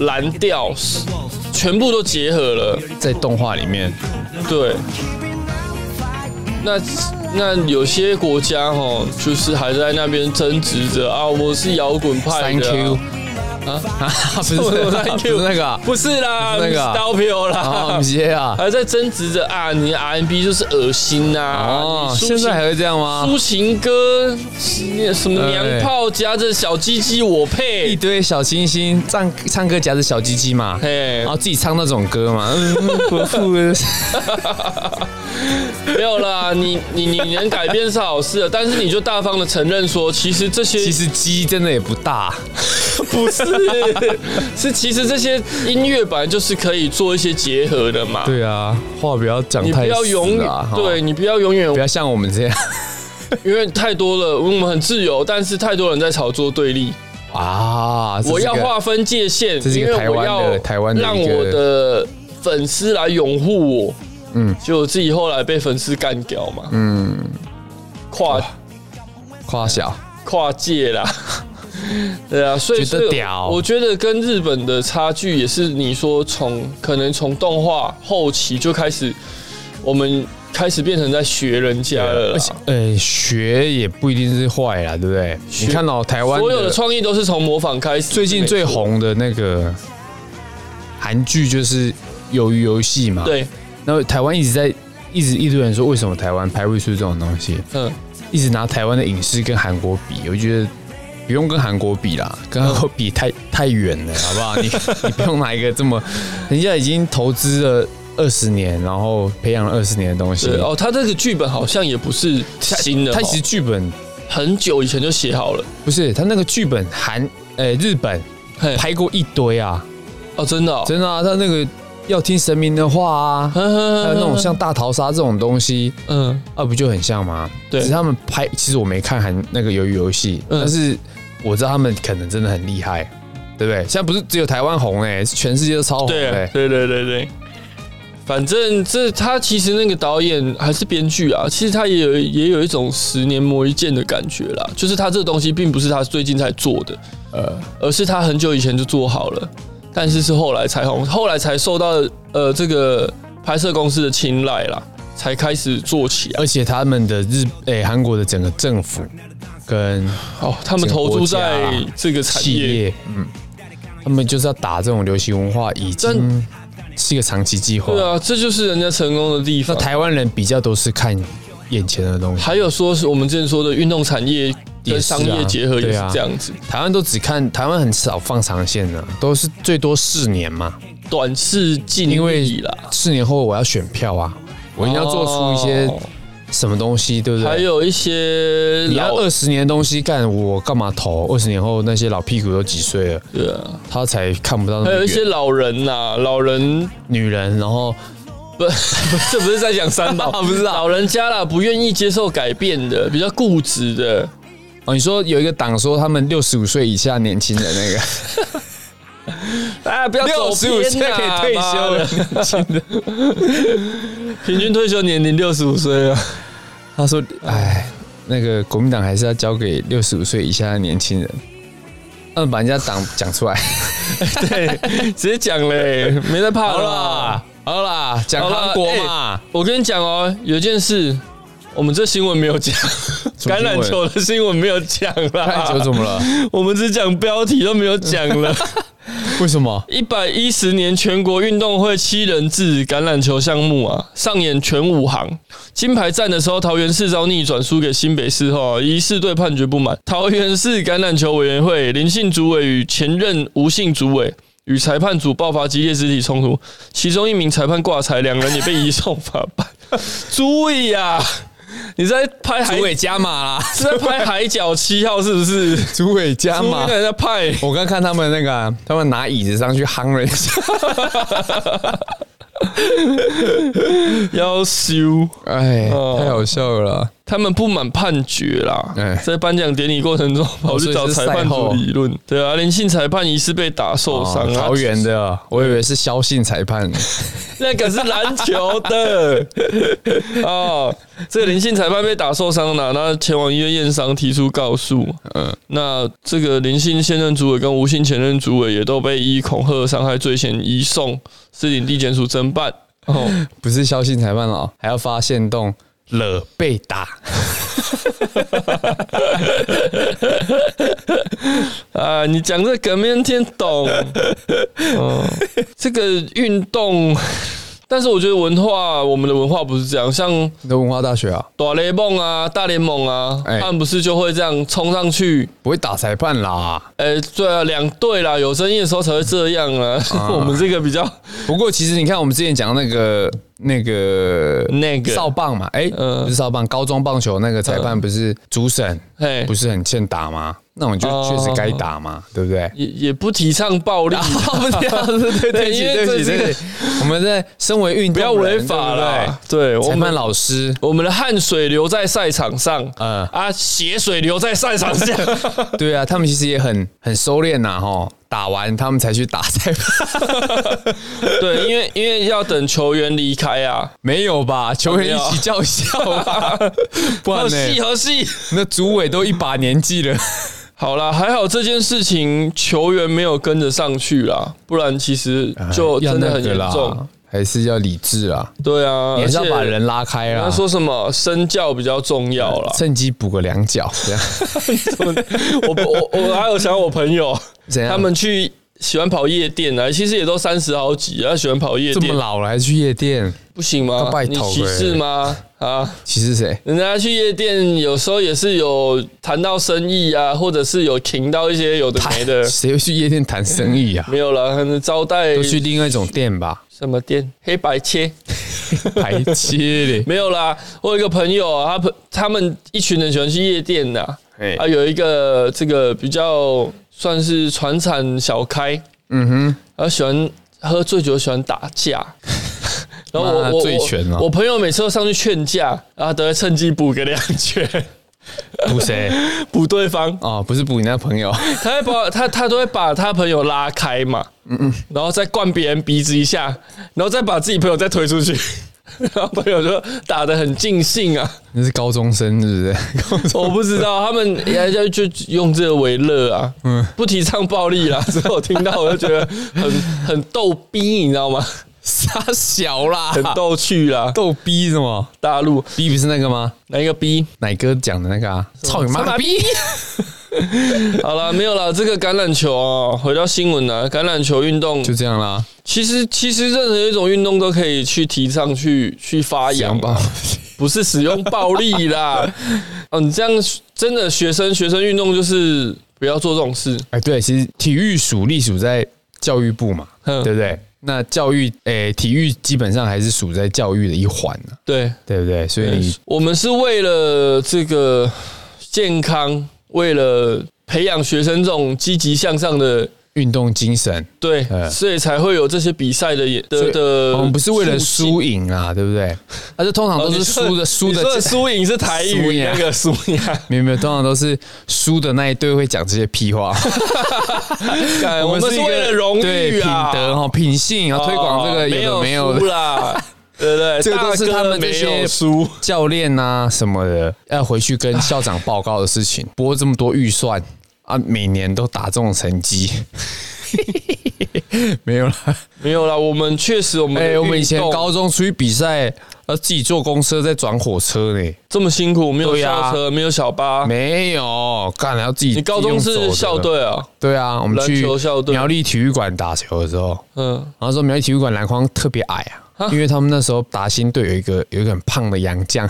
[SPEAKER 2] 蓝调全部都结合了。
[SPEAKER 1] 在动画里面，
[SPEAKER 2] 对，那那有些国家哦，就是还在那边争执着啊，我是摇滚派
[SPEAKER 1] 三
[SPEAKER 2] 的、
[SPEAKER 1] Q
[SPEAKER 2] *laughs* 啊。
[SPEAKER 1] 哎啊， *laughs* 不是
[SPEAKER 2] Thank
[SPEAKER 1] 不
[SPEAKER 2] you
[SPEAKER 1] 是那 *laughs* 个啊
[SPEAKER 2] 不是啦，
[SPEAKER 1] 不是那个啊
[SPEAKER 2] 刀票
[SPEAKER 1] 啊，我
[SPEAKER 2] 啦
[SPEAKER 1] 们，接啊，
[SPEAKER 2] 还在争执着啊，你的 R&B 就是恶心呐、啊，
[SPEAKER 1] 哦，
[SPEAKER 2] 你抒
[SPEAKER 1] 现
[SPEAKER 2] 情
[SPEAKER 1] 在还会这样吗？
[SPEAKER 2] 抒情歌，什么娘炮夹着小鸡鸡我
[SPEAKER 1] 一
[SPEAKER 2] 配，
[SPEAKER 1] 堆小清新唱唱歌夹着小鸡鸡嘛，
[SPEAKER 2] 嘿
[SPEAKER 1] 然，后自己唱那种歌嘛，嗯， *laughs* 国父的
[SPEAKER 2] 没有啦，你你你能改变是好事啊，但是你就大方的承认说，其实这些
[SPEAKER 1] 其实鸡真的也不大，
[SPEAKER 2] 不 *laughs* 是，是其实这些音乐本来就是可以做一些结合的嘛，
[SPEAKER 1] 对啊，话不要讲
[SPEAKER 2] 你不
[SPEAKER 1] 太
[SPEAKER 2] 要
[SPEAKER 1] 死
[SPEAKER 2] 永远
[SPEAKER 1] 啦，，
[SPEAKER 2] 对
[SPEAKER 1] 哈
[SPEAKER 2] 你不要永远
[SPEAKER 1] 不要像我们这样
[SPEAKER 2] 因为太多了，我们很自由，但是太多人在炒作对立。
[SPEAKER 1] 啊，这是
[SPEAKER 2] 我要
[SPEAKER 1] 个
[SPEAKER 2] 划分界限，
[SPEAKER 1] 这是一
[SPEAKER 2] 因
[SPEAKER 1] 个
[SPEAKER 2] 为
[SPEAKER 1] 台湾
[SPEAKER 2] 我
[SPEAKER 1] 的
[SPEAKER 2] 要
[SPEAKER 1] 台湾的一个
[SPEAKER 2] 让我的粉丝来拥护我。嗯，结果自己后来被粉丝干掉嘛。嗯，跨
[SPEAKER 1] 夸小，
[SPEAKER 2] 跨界啦。 *laughs* 对啊，所以
[SPEAKER 1] 觉得
[SPEAKER 2] 所以
[SPEAKER 1] 屌
[SPEAKER 2] 我觉得跟日本的差距也是，你说从可能从动画后期就开始，我们开始变成在学人家了啦
[SPEAKER 1] 而。且呃，学也不一定是坏啦，对不对？
[SPEAKER 2] 学
[SPEAKER 1] 你看到台湾
[SPEAKER 2] 所有的创意都是从模仿开始。
[SPEAKER 1] 最近最啊红的那个韩剧就是《鱿鱼游戏》嘛，
[SPEAKER 2] 对，
[SPEAKER 1] 然后台湾一直在一直一堆人说，为什么台湾拍不出这种东西？
[SPEAKER 2] 嗯，
[SPEAKER 1] 一直拿台湾的影视跟韩国比，我觉得不用跟韩国比啦，跟韩国比太太
[SPEAKER 2] *laughs*
[SPEAKER 1] 远了，好不好？你你不用拿一个这么，人家已经投资了二十年，然后培养了二十年的东西
[SPEAKER 2] 对。哦，他这个剧本好像也不是
[SPEAKER 1] 他
[SPEAKER 2] 新的哦，
[SPEAKER 1] 他其实剧本
[SPEAKER 2] 很久以前就写好了。
[SPEAKER 1] 不是他那个剧本韩呃日本
[SPEAKER 2] 嘿，
[SPEAKER 1] 拍过一堆啊，
[SPEAKER 2] 哦，真的、哦，
[SPEAKER 1] 真的啊，他那个要听神明的话啊，还
[SPEAKER 2] 呵呵
[SPEAKER 1] 有那种像大逃杀这种东西，
[SPEAKER 2] 嗯，
[SPEAKER 1] 啊，不就很像吗？
[SPEAKER 2] 对
[SPEAKER 1] 只是他们拍，其实我没看韩那个鱿鱼游戏，
[SPEAKER 2] 嗯
[SPEAKER 1] 但是我知道他们可能真的很厉害，对不对？现在不是只有台湾红哎、是全世界都超红
[SPEAKER 2] 对
[SPEAKER 1] 哎、
[SPEAKER 2] 啊，对对对对。反正这他其实那个导演还是编剧啊，其实他也有也有一种十年磨一剑的感觉啦，就是他这个东西并不是他最近才做的，
[SPEAKER 1] 呃，
[SPEAKER 2] 而是他很久以前就做好了，但是是后来才红，后来才受到呃这个拍摄公司的青睐啦，才开始做起来。
[SPEAKER 1] 而且他们的日哎韩、国的整个政府跟
[SPEAKER 2] 哦，他
[SPEAKER 1] 整
[SPEAKER 2] 们
[SPEAKER 1] 个
[SPEAKER 2] 投
[SPEAKER 1] 国
[SPEAKER 2] 注
[SPEAKER 1] 家
[SPEAKER 2] 在
[SPEAKER 1] 啊
[SPEAKER 2] 这个产
[SPEAKER 1] 企
[SPEAKER 2] 业，
[SPEAKER 1] 业，嗯，他们就是要打这种流行文化，已经
[SPEAKER 2] 真
[SPEAKER 1] 是一个长期计划。
[SPEAKER 2] 对啊，这就是人家成功的地
[SPEAKER 1] 那
[SPEAKER 2] 方。
[SPEAKER 1] 台湾人比较都是看眼前的东西，
[SPEAKER 2] 还有说是我们之前说的运动产业跟
[SPEAKER 1] 也是啊
[SPEAKER 2] 商业结合也
[SPEAKER 1] 对
[SPEAKER 2] 是
[SPEAKER 1] 啊
[SPEAKER 2] 这样子，
[SPEAKER 1] 台湾都只看台湾很少放长线的、都是最多四年嘛。
[SPEAKER 2] 短视近
[SPEAKER 1] 因为
[SPEAKER 2] 利啦，
[SPEAKER 1] 四年后我要选票啊，我一定要做出一些什么东西，对不对？
[SPEAKER 2] 哦还有一些
[SPEAKER 1] 你要
[SPEAKER 2] 老
[SPEAKER 1] 二十年的东西干，我干嘛投？二十年后那些老屁股都几岁了，
[SPEAKER 2] 对啊，
[SPEAKER 1] 他才看不到那
[SPEAKER 2] 还
[SPEAKER 1] 么
[SPEAKER 2] 有一些
[SPEAKER 1] 远。
[SPEAKER 2] 老人呐、老人
[SPEAKER 1] 女人，然后
[SPEAKER 2] 不 *laughs* 不是，这不是在讲三宝， *laughs* 不知道老人家啦，不愿意接受改变的，比较固执的，
[SPEAKER 1] 哦，你说有一个党说他们六十五岁以下年轻人那个，
[SPEAKER 2] 啊，不 *laughs* 要
[SPEAKER 1] 六十
[SPEAKER 2] 走
[SPEAKER 1] 五
[SPEAKER 2] 偏
[SPEAKER 1] 岁可以
[SPEAKER 2] 啦
[SPEAKER 1] 退
[SPEAKER 2] 妈
[SPEAKER 1] 休
[SPEAKER 2] 的
[SPEAKER 1] 了，
[SPEAKER 2] 平均退休年龄六十五岁啊，
[SPEAKER 1] 他说：“哎，那个国民党还是要交给六十五岁以下的年轻人。”嗯，把人家党讲出来。
[SPEAKER 2] 直接讲
[SPEAKER 1] *laughs*
[SPEAKER 2] 嘞，没在怕
[SPEAKER 1] 好
[SPEAKER 2] 的
[SPEAKER 1] 啦，好啦，哎讲
[SPEAKER 2] 好啦
[SPEAKER 1] 韩国嘛，
[SPEAKER 2] 我跟你讲哦，有一件事，我们这新闻没有讲，
[SPEAKER 1] 什么
[SPEAKER 2] *laughs* 橄
[SPEAKER 1] 新闻
[SPEAKER 2] 榄球的新闻没有讲
[SPEAKER 1] 看
[SPEAKER 2] 啦
[SPEAKER 1] 久，怎么了？
[SPEAKER 2] 我们只讲标题都没有讲了。
[SPEAKER 1] 为什么？
[SPEAKER 2] *laughs* 一百一十年全国运动会七人制橄榄球项目啊，上演全武行。金牌战的时候，桃园市遭逆转输给新北市后啊，一事对判决不满。桃园市橄榄球委员会林姓主委与前任吴姓主委与裁判组爆发激烈肢体冲突，其中一名裁判挂彩，两人也被移送法办。 *laughs* 注意呀、你在拍海
[SPEAKER 1] 主，委加码啦，
[SPEAKER 2] 是在拍海角七号是不是？
[SPEAKER 1] *laughs* 主委加
[SPEAKER 2] 注意
[SPEAKER 1] 码。
[SPEAKER 2] 人家派。
[SPEAKER 1] 我刚看他们那个啊、他们拿椅子上去夯人家，
[SPEAKER 2] 要修。
[SPEAKER 1] 哎，
[SPEAKER 2] 哦
[SPEAKER 1] 太好笑了啦。
[SPEAKER 2] 他们不满判决啦，
[SPEAKER 1] 哎
[SPEAKER 2] 在颁奖典礼过程中跑去哦找裁判组理论，对啊，林姓裁判疑似被打受伤、
[SPEAKER 1] 哦
[SPEAKER 2] 啊，
[SPEAKER 1] 桃园的，我以为是萧姓裁判。
[SPEAKER 2] *laughs* 那个是篮球 *laughs* 的哦，这个林姓裁判被打受伤了，那前往医院验伤，提出告诉。
[SPEAKER 1] 嗯，
[SPEAKER 2] 那这个林姓现任主委跟吴姓前任主委也都被依恐吓伤害罪嫌移送市领地检署侦办。哦，
[SPEAKER 1] 不是萧姓裁判了，还要发现动惹被打。 *laughs*
[SPEAKER 2] 啊，你讲这梗没人听
[SPEAKER 1] *laughs*
[SPEAKER 2] 懂。哦，这个运动，但是我觉得文化，我们的文化不是这样，像
[SPEAKER 1] 你的文化大学啊，
[SPEAKER 2] 大雷梦啊、大联盟啊，
[SPEAKER 1] 哎
[SPEAKER 2] 他们不是就会这样冲上去？
[SPEAKER 1] 不会打裁判啦。
[SPEAKER 2] 哎、对啊，两队啦，有争议的时候才会这样啊。 *laughs* 我们这个比较
[SPEAKER 1] 不过其实你看，我们之前讲那个那个
[SPEAKER 2] 那个
[SPEAKER 1] 少棒嘛，哎、
[SPEAKER 2] 嗯
[SPEAKER 1] 不是少棒，高中棒球那个裁判不是主审，
[SPEAKER 2] 哎，
[SPEAKER 1] 不是很欠打吗？那我们就
[SPEAKER 2] 呃哦
[SPEAKER 1] 确实该打嘛，对不
[SPEAKER 2] *laughs*
[SPEAKER 1] 对？
[SPEAKER 2] 也也不提倡
[SPEAKER 1] *laughs*
[SPEAKER 2] 暴力，
[SPEAKER 1] 啊不这样子，
[SPEAKER 2] *laughs*
[SPEAKER 1] 对对不
[SPEAKER 2] 对
[SPEAKER 1] 起，
[SPEAKER 2] 因为
[SPEAKER 1] 对不起，
[SPEAKER 2] 这是
[SPEAKER 1] 对不起，我们在身为运动人
[SPEAKER 2] 不要违法啦。。对，
[SPEAKER 1] 对不对
[SPEAKER 2] 我
[SPEAKER 1] 裁判
[SPEAKER 2] 们
[SPEAKER 1] 老
[SPEAKER 2] *laughs*
[SPEAKER 1] 师，
[SPEAKER 2] 我们的汗水留在赛场上，
[SPEAKER 1] 嗯
[SPEAKER 2] 啊，血水留在赛场上。
[SPEAKER 1] *laughs* 对啊，他们其实也很很收敛呐，吼，打完他们才去打裁
[SPEAKER 2] *laughs*
[SPEAKER 1] 判，
[SPEAKER 2] 对，因为因为要等球员离开啊，
[SPEAKER 1] 没有吧？球员一起叫一下吧， *laughs* 不然
[SPEAKER 2] *laughs* 好戏
[SPEAKER 1] 呢？
[SPEAKER 2] 好戏。
[SPEAKER 1] 那主委都一把年纪了，
[SPEAKER 2] 好啦，还好这件事情球员没有跟着上去啦，不然其实就真的很严
[SPEAKER 1] 哎要那个
[SPEAKER 2] 重
[SPEAKER 1] 啦。，还是要理智啊，
[SPEAKER 2] 对啊，
[SPEAKER 1] 你还是要
[SPEAKER 2] 而且
[SPEAKER 1] 把人拉开啦
[SPEAKER 2] 他。说什么身教比较重要
[SPEAKER 1] *laughs*
[SPEAKER 2] 啦。
[SPEAKER 1] 趁机补个两脚，这样
[SPEAKER 2] 我我我还有想我朋友，
[SPEAKER 1] 怎样？
[SPEAKER 2] *laughs* 他们去喜欢跑夜店啊，其实也都三十好几啊，喜欢跑夜
[SPEAKER 1] 这么
[SPEAKER 2] 店，
[SPEAKER 1] 老了还去夜店，
[SPEAKER 2] 不行吗
[SPEAKER 1] 都？拜
[SPEAKER 2] 你
[SPEAKER 1] 托
[SPEAKER 2] 歧
[SPEAKER 1] 了
[SPEAKER 2] 视吗？啊？
[SPEAKER 1] 歧视谁？，
[SPEAKER 2] 人家去夜店，有时候也是有谈到生意啊，或者是有停到一些有的没的
[SPEAKER 1] 谁会去夜店谈生意
[SPEAKER 2] *laughs*
[SPEAKER 1] 啊？
[SPEAKER 2] 没有了，可能招待
[SPEAKER 1] 都去另外一种店吧，
[SPEAKER 2] 什么店，黑白切
[SPEAKER 1] 排切
[SPEAKER 2] *laughs*
[SPEAKER 1] 嘞。
[SPEAKER 2] 没有啦。我有一个朋友啊，他朋他们一群人喜欢去夜店呐、啊，
[SPEAKER 1] 哎
[SPEAKER 2] 有一个这个比较算是传产小开，
[SPEAKER 1] 嗯
[SPEAKER 2] 然后喜欢喝醉酒，喜欢打
[SPEAKER 1] *laughs*
[SPEAKER 2] 架。然后我
[SPEAKER 1] 那
[SPEAKER 2] 我
[SPEAKER 1] 醉拳啊
[SPEAKER 2] 我我朋友每次都上去劝架，然后都会趁机补个两拳，
[SPEAKER 1] 哼，补谁？
[SPEAKER 2] 补对方。
[SPEAKER 1] 哦，不是补你那朋友， *laughs*
[SPEAKER 2] 他会 *laughs* 把他他都会把他朋友拉开嘛，然后再灌别人鼻子一下，然后再把自己朋友再推出去， *laughs* 然后朋友就打得很尽兴啊。
[SPEAKER 1] 那是高中生，是不
[SPEAKER 2] *laughs*
[SPEAKER 1] 是？高中
[SPEAKER 2] 我不知道他们人家就就用这个为乐啊，不提倡暴力 *laughs* 啦。所以我听到我就觉得很很逗逼，你知道吗？
[SPEAKER 1] 傻小啦，
[SPEAKER 2] 很逗趣啦。
[SPEAKER 1] 逗逼是吗？
[SPEAKER 2] 大陆
[SPEAKER 1] 逼不是那个吗？
[SPEAKER 2] 哪一个逼？
[SPEAKER 1] 奶哥讲的那个啊，操你妈
[SPEAKER 2] 操
[SPEAKER 1] 的
[SPEAKER 2] 你妈
[SPEAKER 1] 逼！
[SPEAKER 2] *laughs* 好了，没有了。这个橄榄球哦，回到新闻了。橄榄球运动
[SPEAKER 1] 就这样啦，
[SPEAKER 2] 其实其实任何一种运动都可以去提倡去去发扬
[SPEAKER 1] 讲
[SPEAKER 2] 吧
[SPEAKER 1] 吧。。
[SPEAKER 2] 不是使用暴
[SPEAKER 1] *laughs*
[SPEAKER 2] 力啦。哦，你这样真的学生学生运动就是不要做这种事。
[SPEAKER 1] 哎，对，其实体育署隶属在教育部嘛，
[SPEAKER 2] 嗯
[SPEAKER 1] 对不对？那教育，诶、体育基本上还是属在教育的一环呢、
[SPEAKER 2] 对，
[SPEAKER 1] 对不对？所以你
[SPEAKER 2] 我们是为了这个健康，为了培养学生这种积极向上的。
[SPEAKER 1] 运动精神，
[SPEAKER 2] 对，
[SPEAKER 1] 嗯
[SPEAKER 2] 所以才会有这些比赛的也
[SPEAKER 1] 所
[SPEAKER 2] 的
[SPEAKER 1] 以哦
[SPEAKER 2] 的。
[SPEAKER 1] 我们不是为了输赢啊，对不对？而是通常
[SPEAKER 2] 哦，
[SPEAKER 1] 都
[SPEAKER 2] 你
[SPEAKER 1] 是
[SPEAKER 2] 说
[SPEAKER 1] 输的，输
[SPEAKER 2] 你
[SPEAKER 1] 的
[SPEAKER 2] 说的输赢是台
[SPEAKER 1] 输
[SPEAKER 2] 语
[SPEAKER 1] 赢
[SPEAKER 2] 那个输赢啊。
[SPEAKER 1] *laughs* 没有没有，通常都是输的那一队会讲这些屁话。 *laughs*
[SPEAKER 2] 干哎我们是
[SPEAKER 1] 一个
[SPEAKER 2] 为了荣
[SPEAKER 1] 对
[SPEAKER 2] 誉
[SPEAKER 1] 品
[SPEAKER 2] 啊，
[SPEAKER 1] 德哈、品性啊，
[SPEAKER 2] 哦
[SPEAKER 1] 推广这个有的没有
[SPEAKER 2] 输
[SPEAKER 1] 的， *laughs*
[SPEAKER 2] 啦，对不对？
[SPEAKER 1] 这个都是
[SPEAKER 2] 大哥
[SPEAKER 1] 他们这
[SPEAKER 2] 没有
[SPEAKER 1] 些
[SPEAKER 2] 输，
[SPEAKER 1] 教练啊什么的要回去跟校长报告的事情。拨这么多预算啊，每年都打这种成
[SPEAKER 2] *laughs*
[SPEAKER 1] 绩，没有啦。
[SPEAKER 2] 没有啦。我们确实，我们
[SPEAKER 1] 哎、
[SPEAKER 2] 的
[SPEAKER 1] 我们以前
[SPEAKER 2] 运动
[SPEAKER 1] 高中出去比赛，要自己坐公车再转火车呢。
[SPEAKER 2] 这么辛苦，没有
[SPEAKER 1] 对啊
[SPEAKER 2] 校车，没有小巴。
[SPEAKER 1] 没有，干还要自己。
[SPEAKER 2] 啊你高中
[SPEAKER 1] 自己用
[SPEAKER 2] 是
[SPEAKER 1] 走的
[SPEAKER 2] 校？队啊？
[SPEAKER 1] 对啊，我们
[SPEAKER 2] 篮
[SPEAKER 1] 去
[SPEAKER 2] 球校队
[SPEAKER 1] 苗栗体育馆打球的时候， *laughs*
[SPEAKER 2] 嗯，
[SPEAKER 1] 然后说苗栗体育馆篮筐特别矮啊，因为他们那时候达新队有一个有一个很胖的洋
[SPEAKER 2] *laughs*
[SPEAKER 1] 将，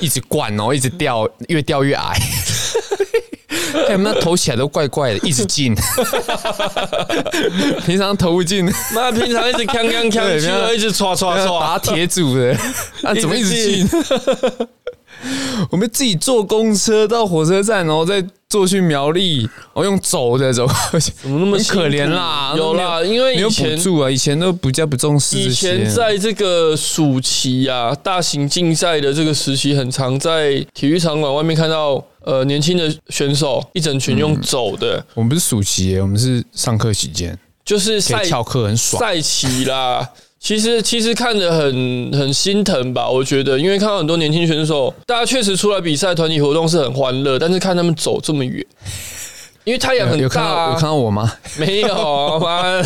[SPEAKER 1] 一直灌哦， *laughs* 一直掉，越掉越矮。哎他们那投起来都怪怪的，一直
[SPEAKER 2] *laughs*
[SPEAKER 1] 进，平常投不进，
[SPEAKER 2] 妈，平常一直锵锵锵，
[SPEAKER 1] 对
[SPEAKER 2] 去
[SPEAKER 1] 没有
[SPEAKER 2] 了一直刷刷
[SPEAKER 1] 打
[SPEAKER 2] 刷，
[SPEAKER 1] 铁组
[SPEAKER 2] *laughs*
[SPEAKER 1] 的，啊，怎么一直进？我们自己坐公车到火车站，然后再坐去苗栗，然后用走的走过去，怎
[SPEAKER 2] 怎么那
[SPEAKER 1] *laughs*
[SPEAKER 2] 么
[SPEAKER 1] 很
[SPEAKER 2] 辛苦
[SPEAKER 1] 可怜啦？
[SPEAKER 2] 有啦，因为
[SPEAKER 1] 没有补
[SPEAKER 2] 以前
[SPEAKER 1] 助啊，以前都比较不重视这
[SPEAKER 2] 以
[SPEAKER 1] 些。
[SPEAKER 2] 前在这个暑期啊，大型竞赛的这个时期，很常在体育场馆外面看到，呃，年轻的选手一整群用走的，
[SPEAKER 1] 我们不是暑期耶，我们是上课期间，
[SPEAKER 2] 就是
[SPEAKER 1] 可
[SPEAKER 2] 赛
[SPEAKER 1] 以翘课很爽。
[SPEAKER 2] 赛旗啦。其实其实看得很很心疼吧，我觉得，因为看到很多年轻选手，大家确实出来比赛，团体活动是很欢乐，但是看他们走这么远，因为太阳
[SPEAKER 1] 有
[SPEAKER 2] 很
[SPEAKER 1] 有
[SPEAKER 2] 大、
[SPEAKER 1] 看到有看
[SPEAKER 2] 啊，
[SPEAKER 1] 到我吗？
[SPEAKER 2] *laughs* 没有妈，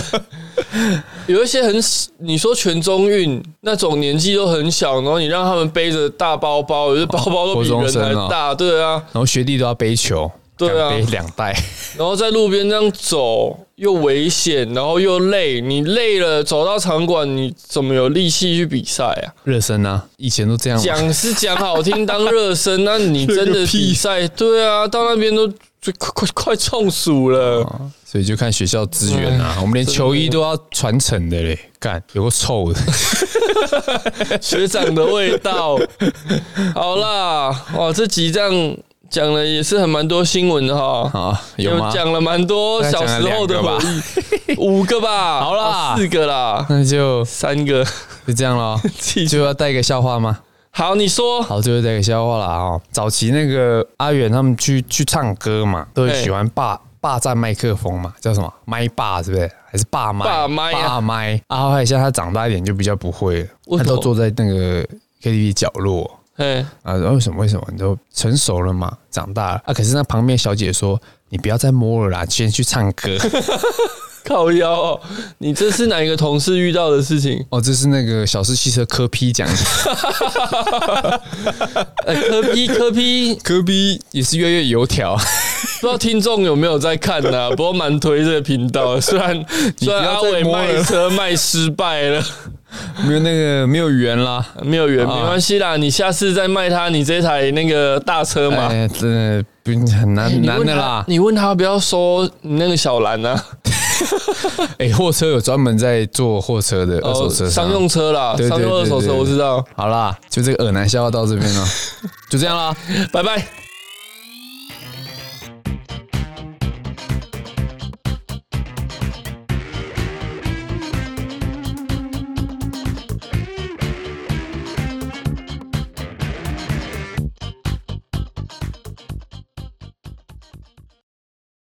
[SPEAKER 2] 有一些很你说全中运那种年纪都很小，然后你让他们背着大包包，有些包包都
[SPEAKER 1] 国
[SPEAKER 2] 比
[SPEAKER 1] 中
[SPEAKER 2] 人
[SPEAKER 1] 生
[SPEAKER 2] 还
[SPEAKER 1] 啊
[SPEAKER 2] 大，对啊，
[SPEAKER 1] 然后学弟都要背球，
[SPEAKER 2] 对啊
[SPEAKER 1] 敢背两袋，
[SPEAKER 2] 然后在路边这样走又危险，然后又累，你累了走到场馆，你怎么有力气去比赛啊？
[SPEAKER 1] 热身啊，以前都这样嘛。
[SPEAKER 2] 讲是讲好听当热身，那你真的比赛，对啊，到那边都就快快快中暑了。
[SPEAKER 1] 所以就看学校资源啊，
[SPEAKER 2] 嗯
[SPEAKER 1] 我们连球衣都要传承的嘞，干有个
[SPEAKER 2] *laughs*
[SPEAKER 1] 臭的，
[SPEAKER 2] 学长的味
[SPEAKER 1] *laughs*
[SPEAKER 2] 道。好啦，哇，这集这样讲了也是很蛮多新闻的哈。
[SPEAKER 1] 啊，有吗？
[SPEAKER 2] 讲了蛮多小时候的回忆，五个吧，
[SPEAKER 1] 好啦
[SPEAKER 2] 哦四个啦，
[SPEAKER 1] 那就
[SPEAKER 2] 三个。
[SPEAKER 1] 就这样
[SPEAKER 2] *laughs*
[SPEAKER 1] 咯。就要带一个笑话吗？
[SPEAKER 2] 好，你说
[SPEAKER 1] 好，最后带一个笑话啦哦。早期那个阿远他们去去唱歌嘛，都会
[SPEAKER 2] 嘿
[SPEAKER 1] 喜欢霸霸占麦克风嘛，叫什么麦霸是不是？还是霸麦？
[SPEAKER 2] 霸麦啊
[SPEAKER 1] 霸麦。啊，后来现在他长大一点就比较不会了，
[SPEAKER 2] 为
[SPEAKER 1] 他
[SPEAKER 2] 什么
[SPEAKER 1] 都坐在那个 KTV 角落
[SPEAKER 2] 哎，
[SPEAKER 1] 啊。然后为什么？为什么？你都成熟了嘛，长大了啊。可是那旁边小姐说：“你不要再摸了啦，先去唱歌。？
[SPEAKER 2] 靠腰哦，你这是哪一个同事遇到的事情”
[SPEAKER 1] *laughs* 哦，这是那个小狮汽车科批讲的，
[SPEAKER 2] *laughs* 哎，科批科批，
[SPEAKER 1] 科批也是月月油条。
[SPEAKER 2] 不知道听众有没有在看呢、不过蛮推这个频道 *laughs* 的，虽然虽然
[SPEAKER 1] 不
[SPEAKER 2] 阿
[SPEAKER 1] 要再
[SPEAKER 2] 伟
[SPEAKER 1] 摸
[SPEAKER 2] 卖
[SPEAKER 1] 了
[SPEAKER 2] 车卖失败了，
[SPEAKER 1] *laughs* 没有那个没有缘啦，
[SPEAKER 2] *laughs* 没有缘，
[SPEAKER 1] 啊
[SPEAKER 2] 没关系啦，你下次再卖他你这台那个大车嘛。
[SPEAKER 1] 哎，真的不很难
[SPEAKER 2] *laughs* 你
[SPEAKER 1] 难
[SPEAKER 2] 问
[SPEAKER 1] 的
[SPEAKER 2] 他
[SPEAKER 1] 啦。
[SPEAKER 2] 你问他要不要收你那个小蓝啊？
[SPEAKER 1] 哎，货车有专门在做货车的二手车商
[SPEAKER 2] 哦商用。车啦，
[SPEAKER 1] 对对
[SPEAKER 2] 商用二
[SPEAKER 1] 对
[SPEAKER 2] 手车
[SPEAKER 1] 对
[SPEAKER 2] 我知道。 *laughs*
[SPEAKER 1] 好啦，就这个耳男笑话到这边了，就这样啦。
[SPEAKER 2] 拜拜。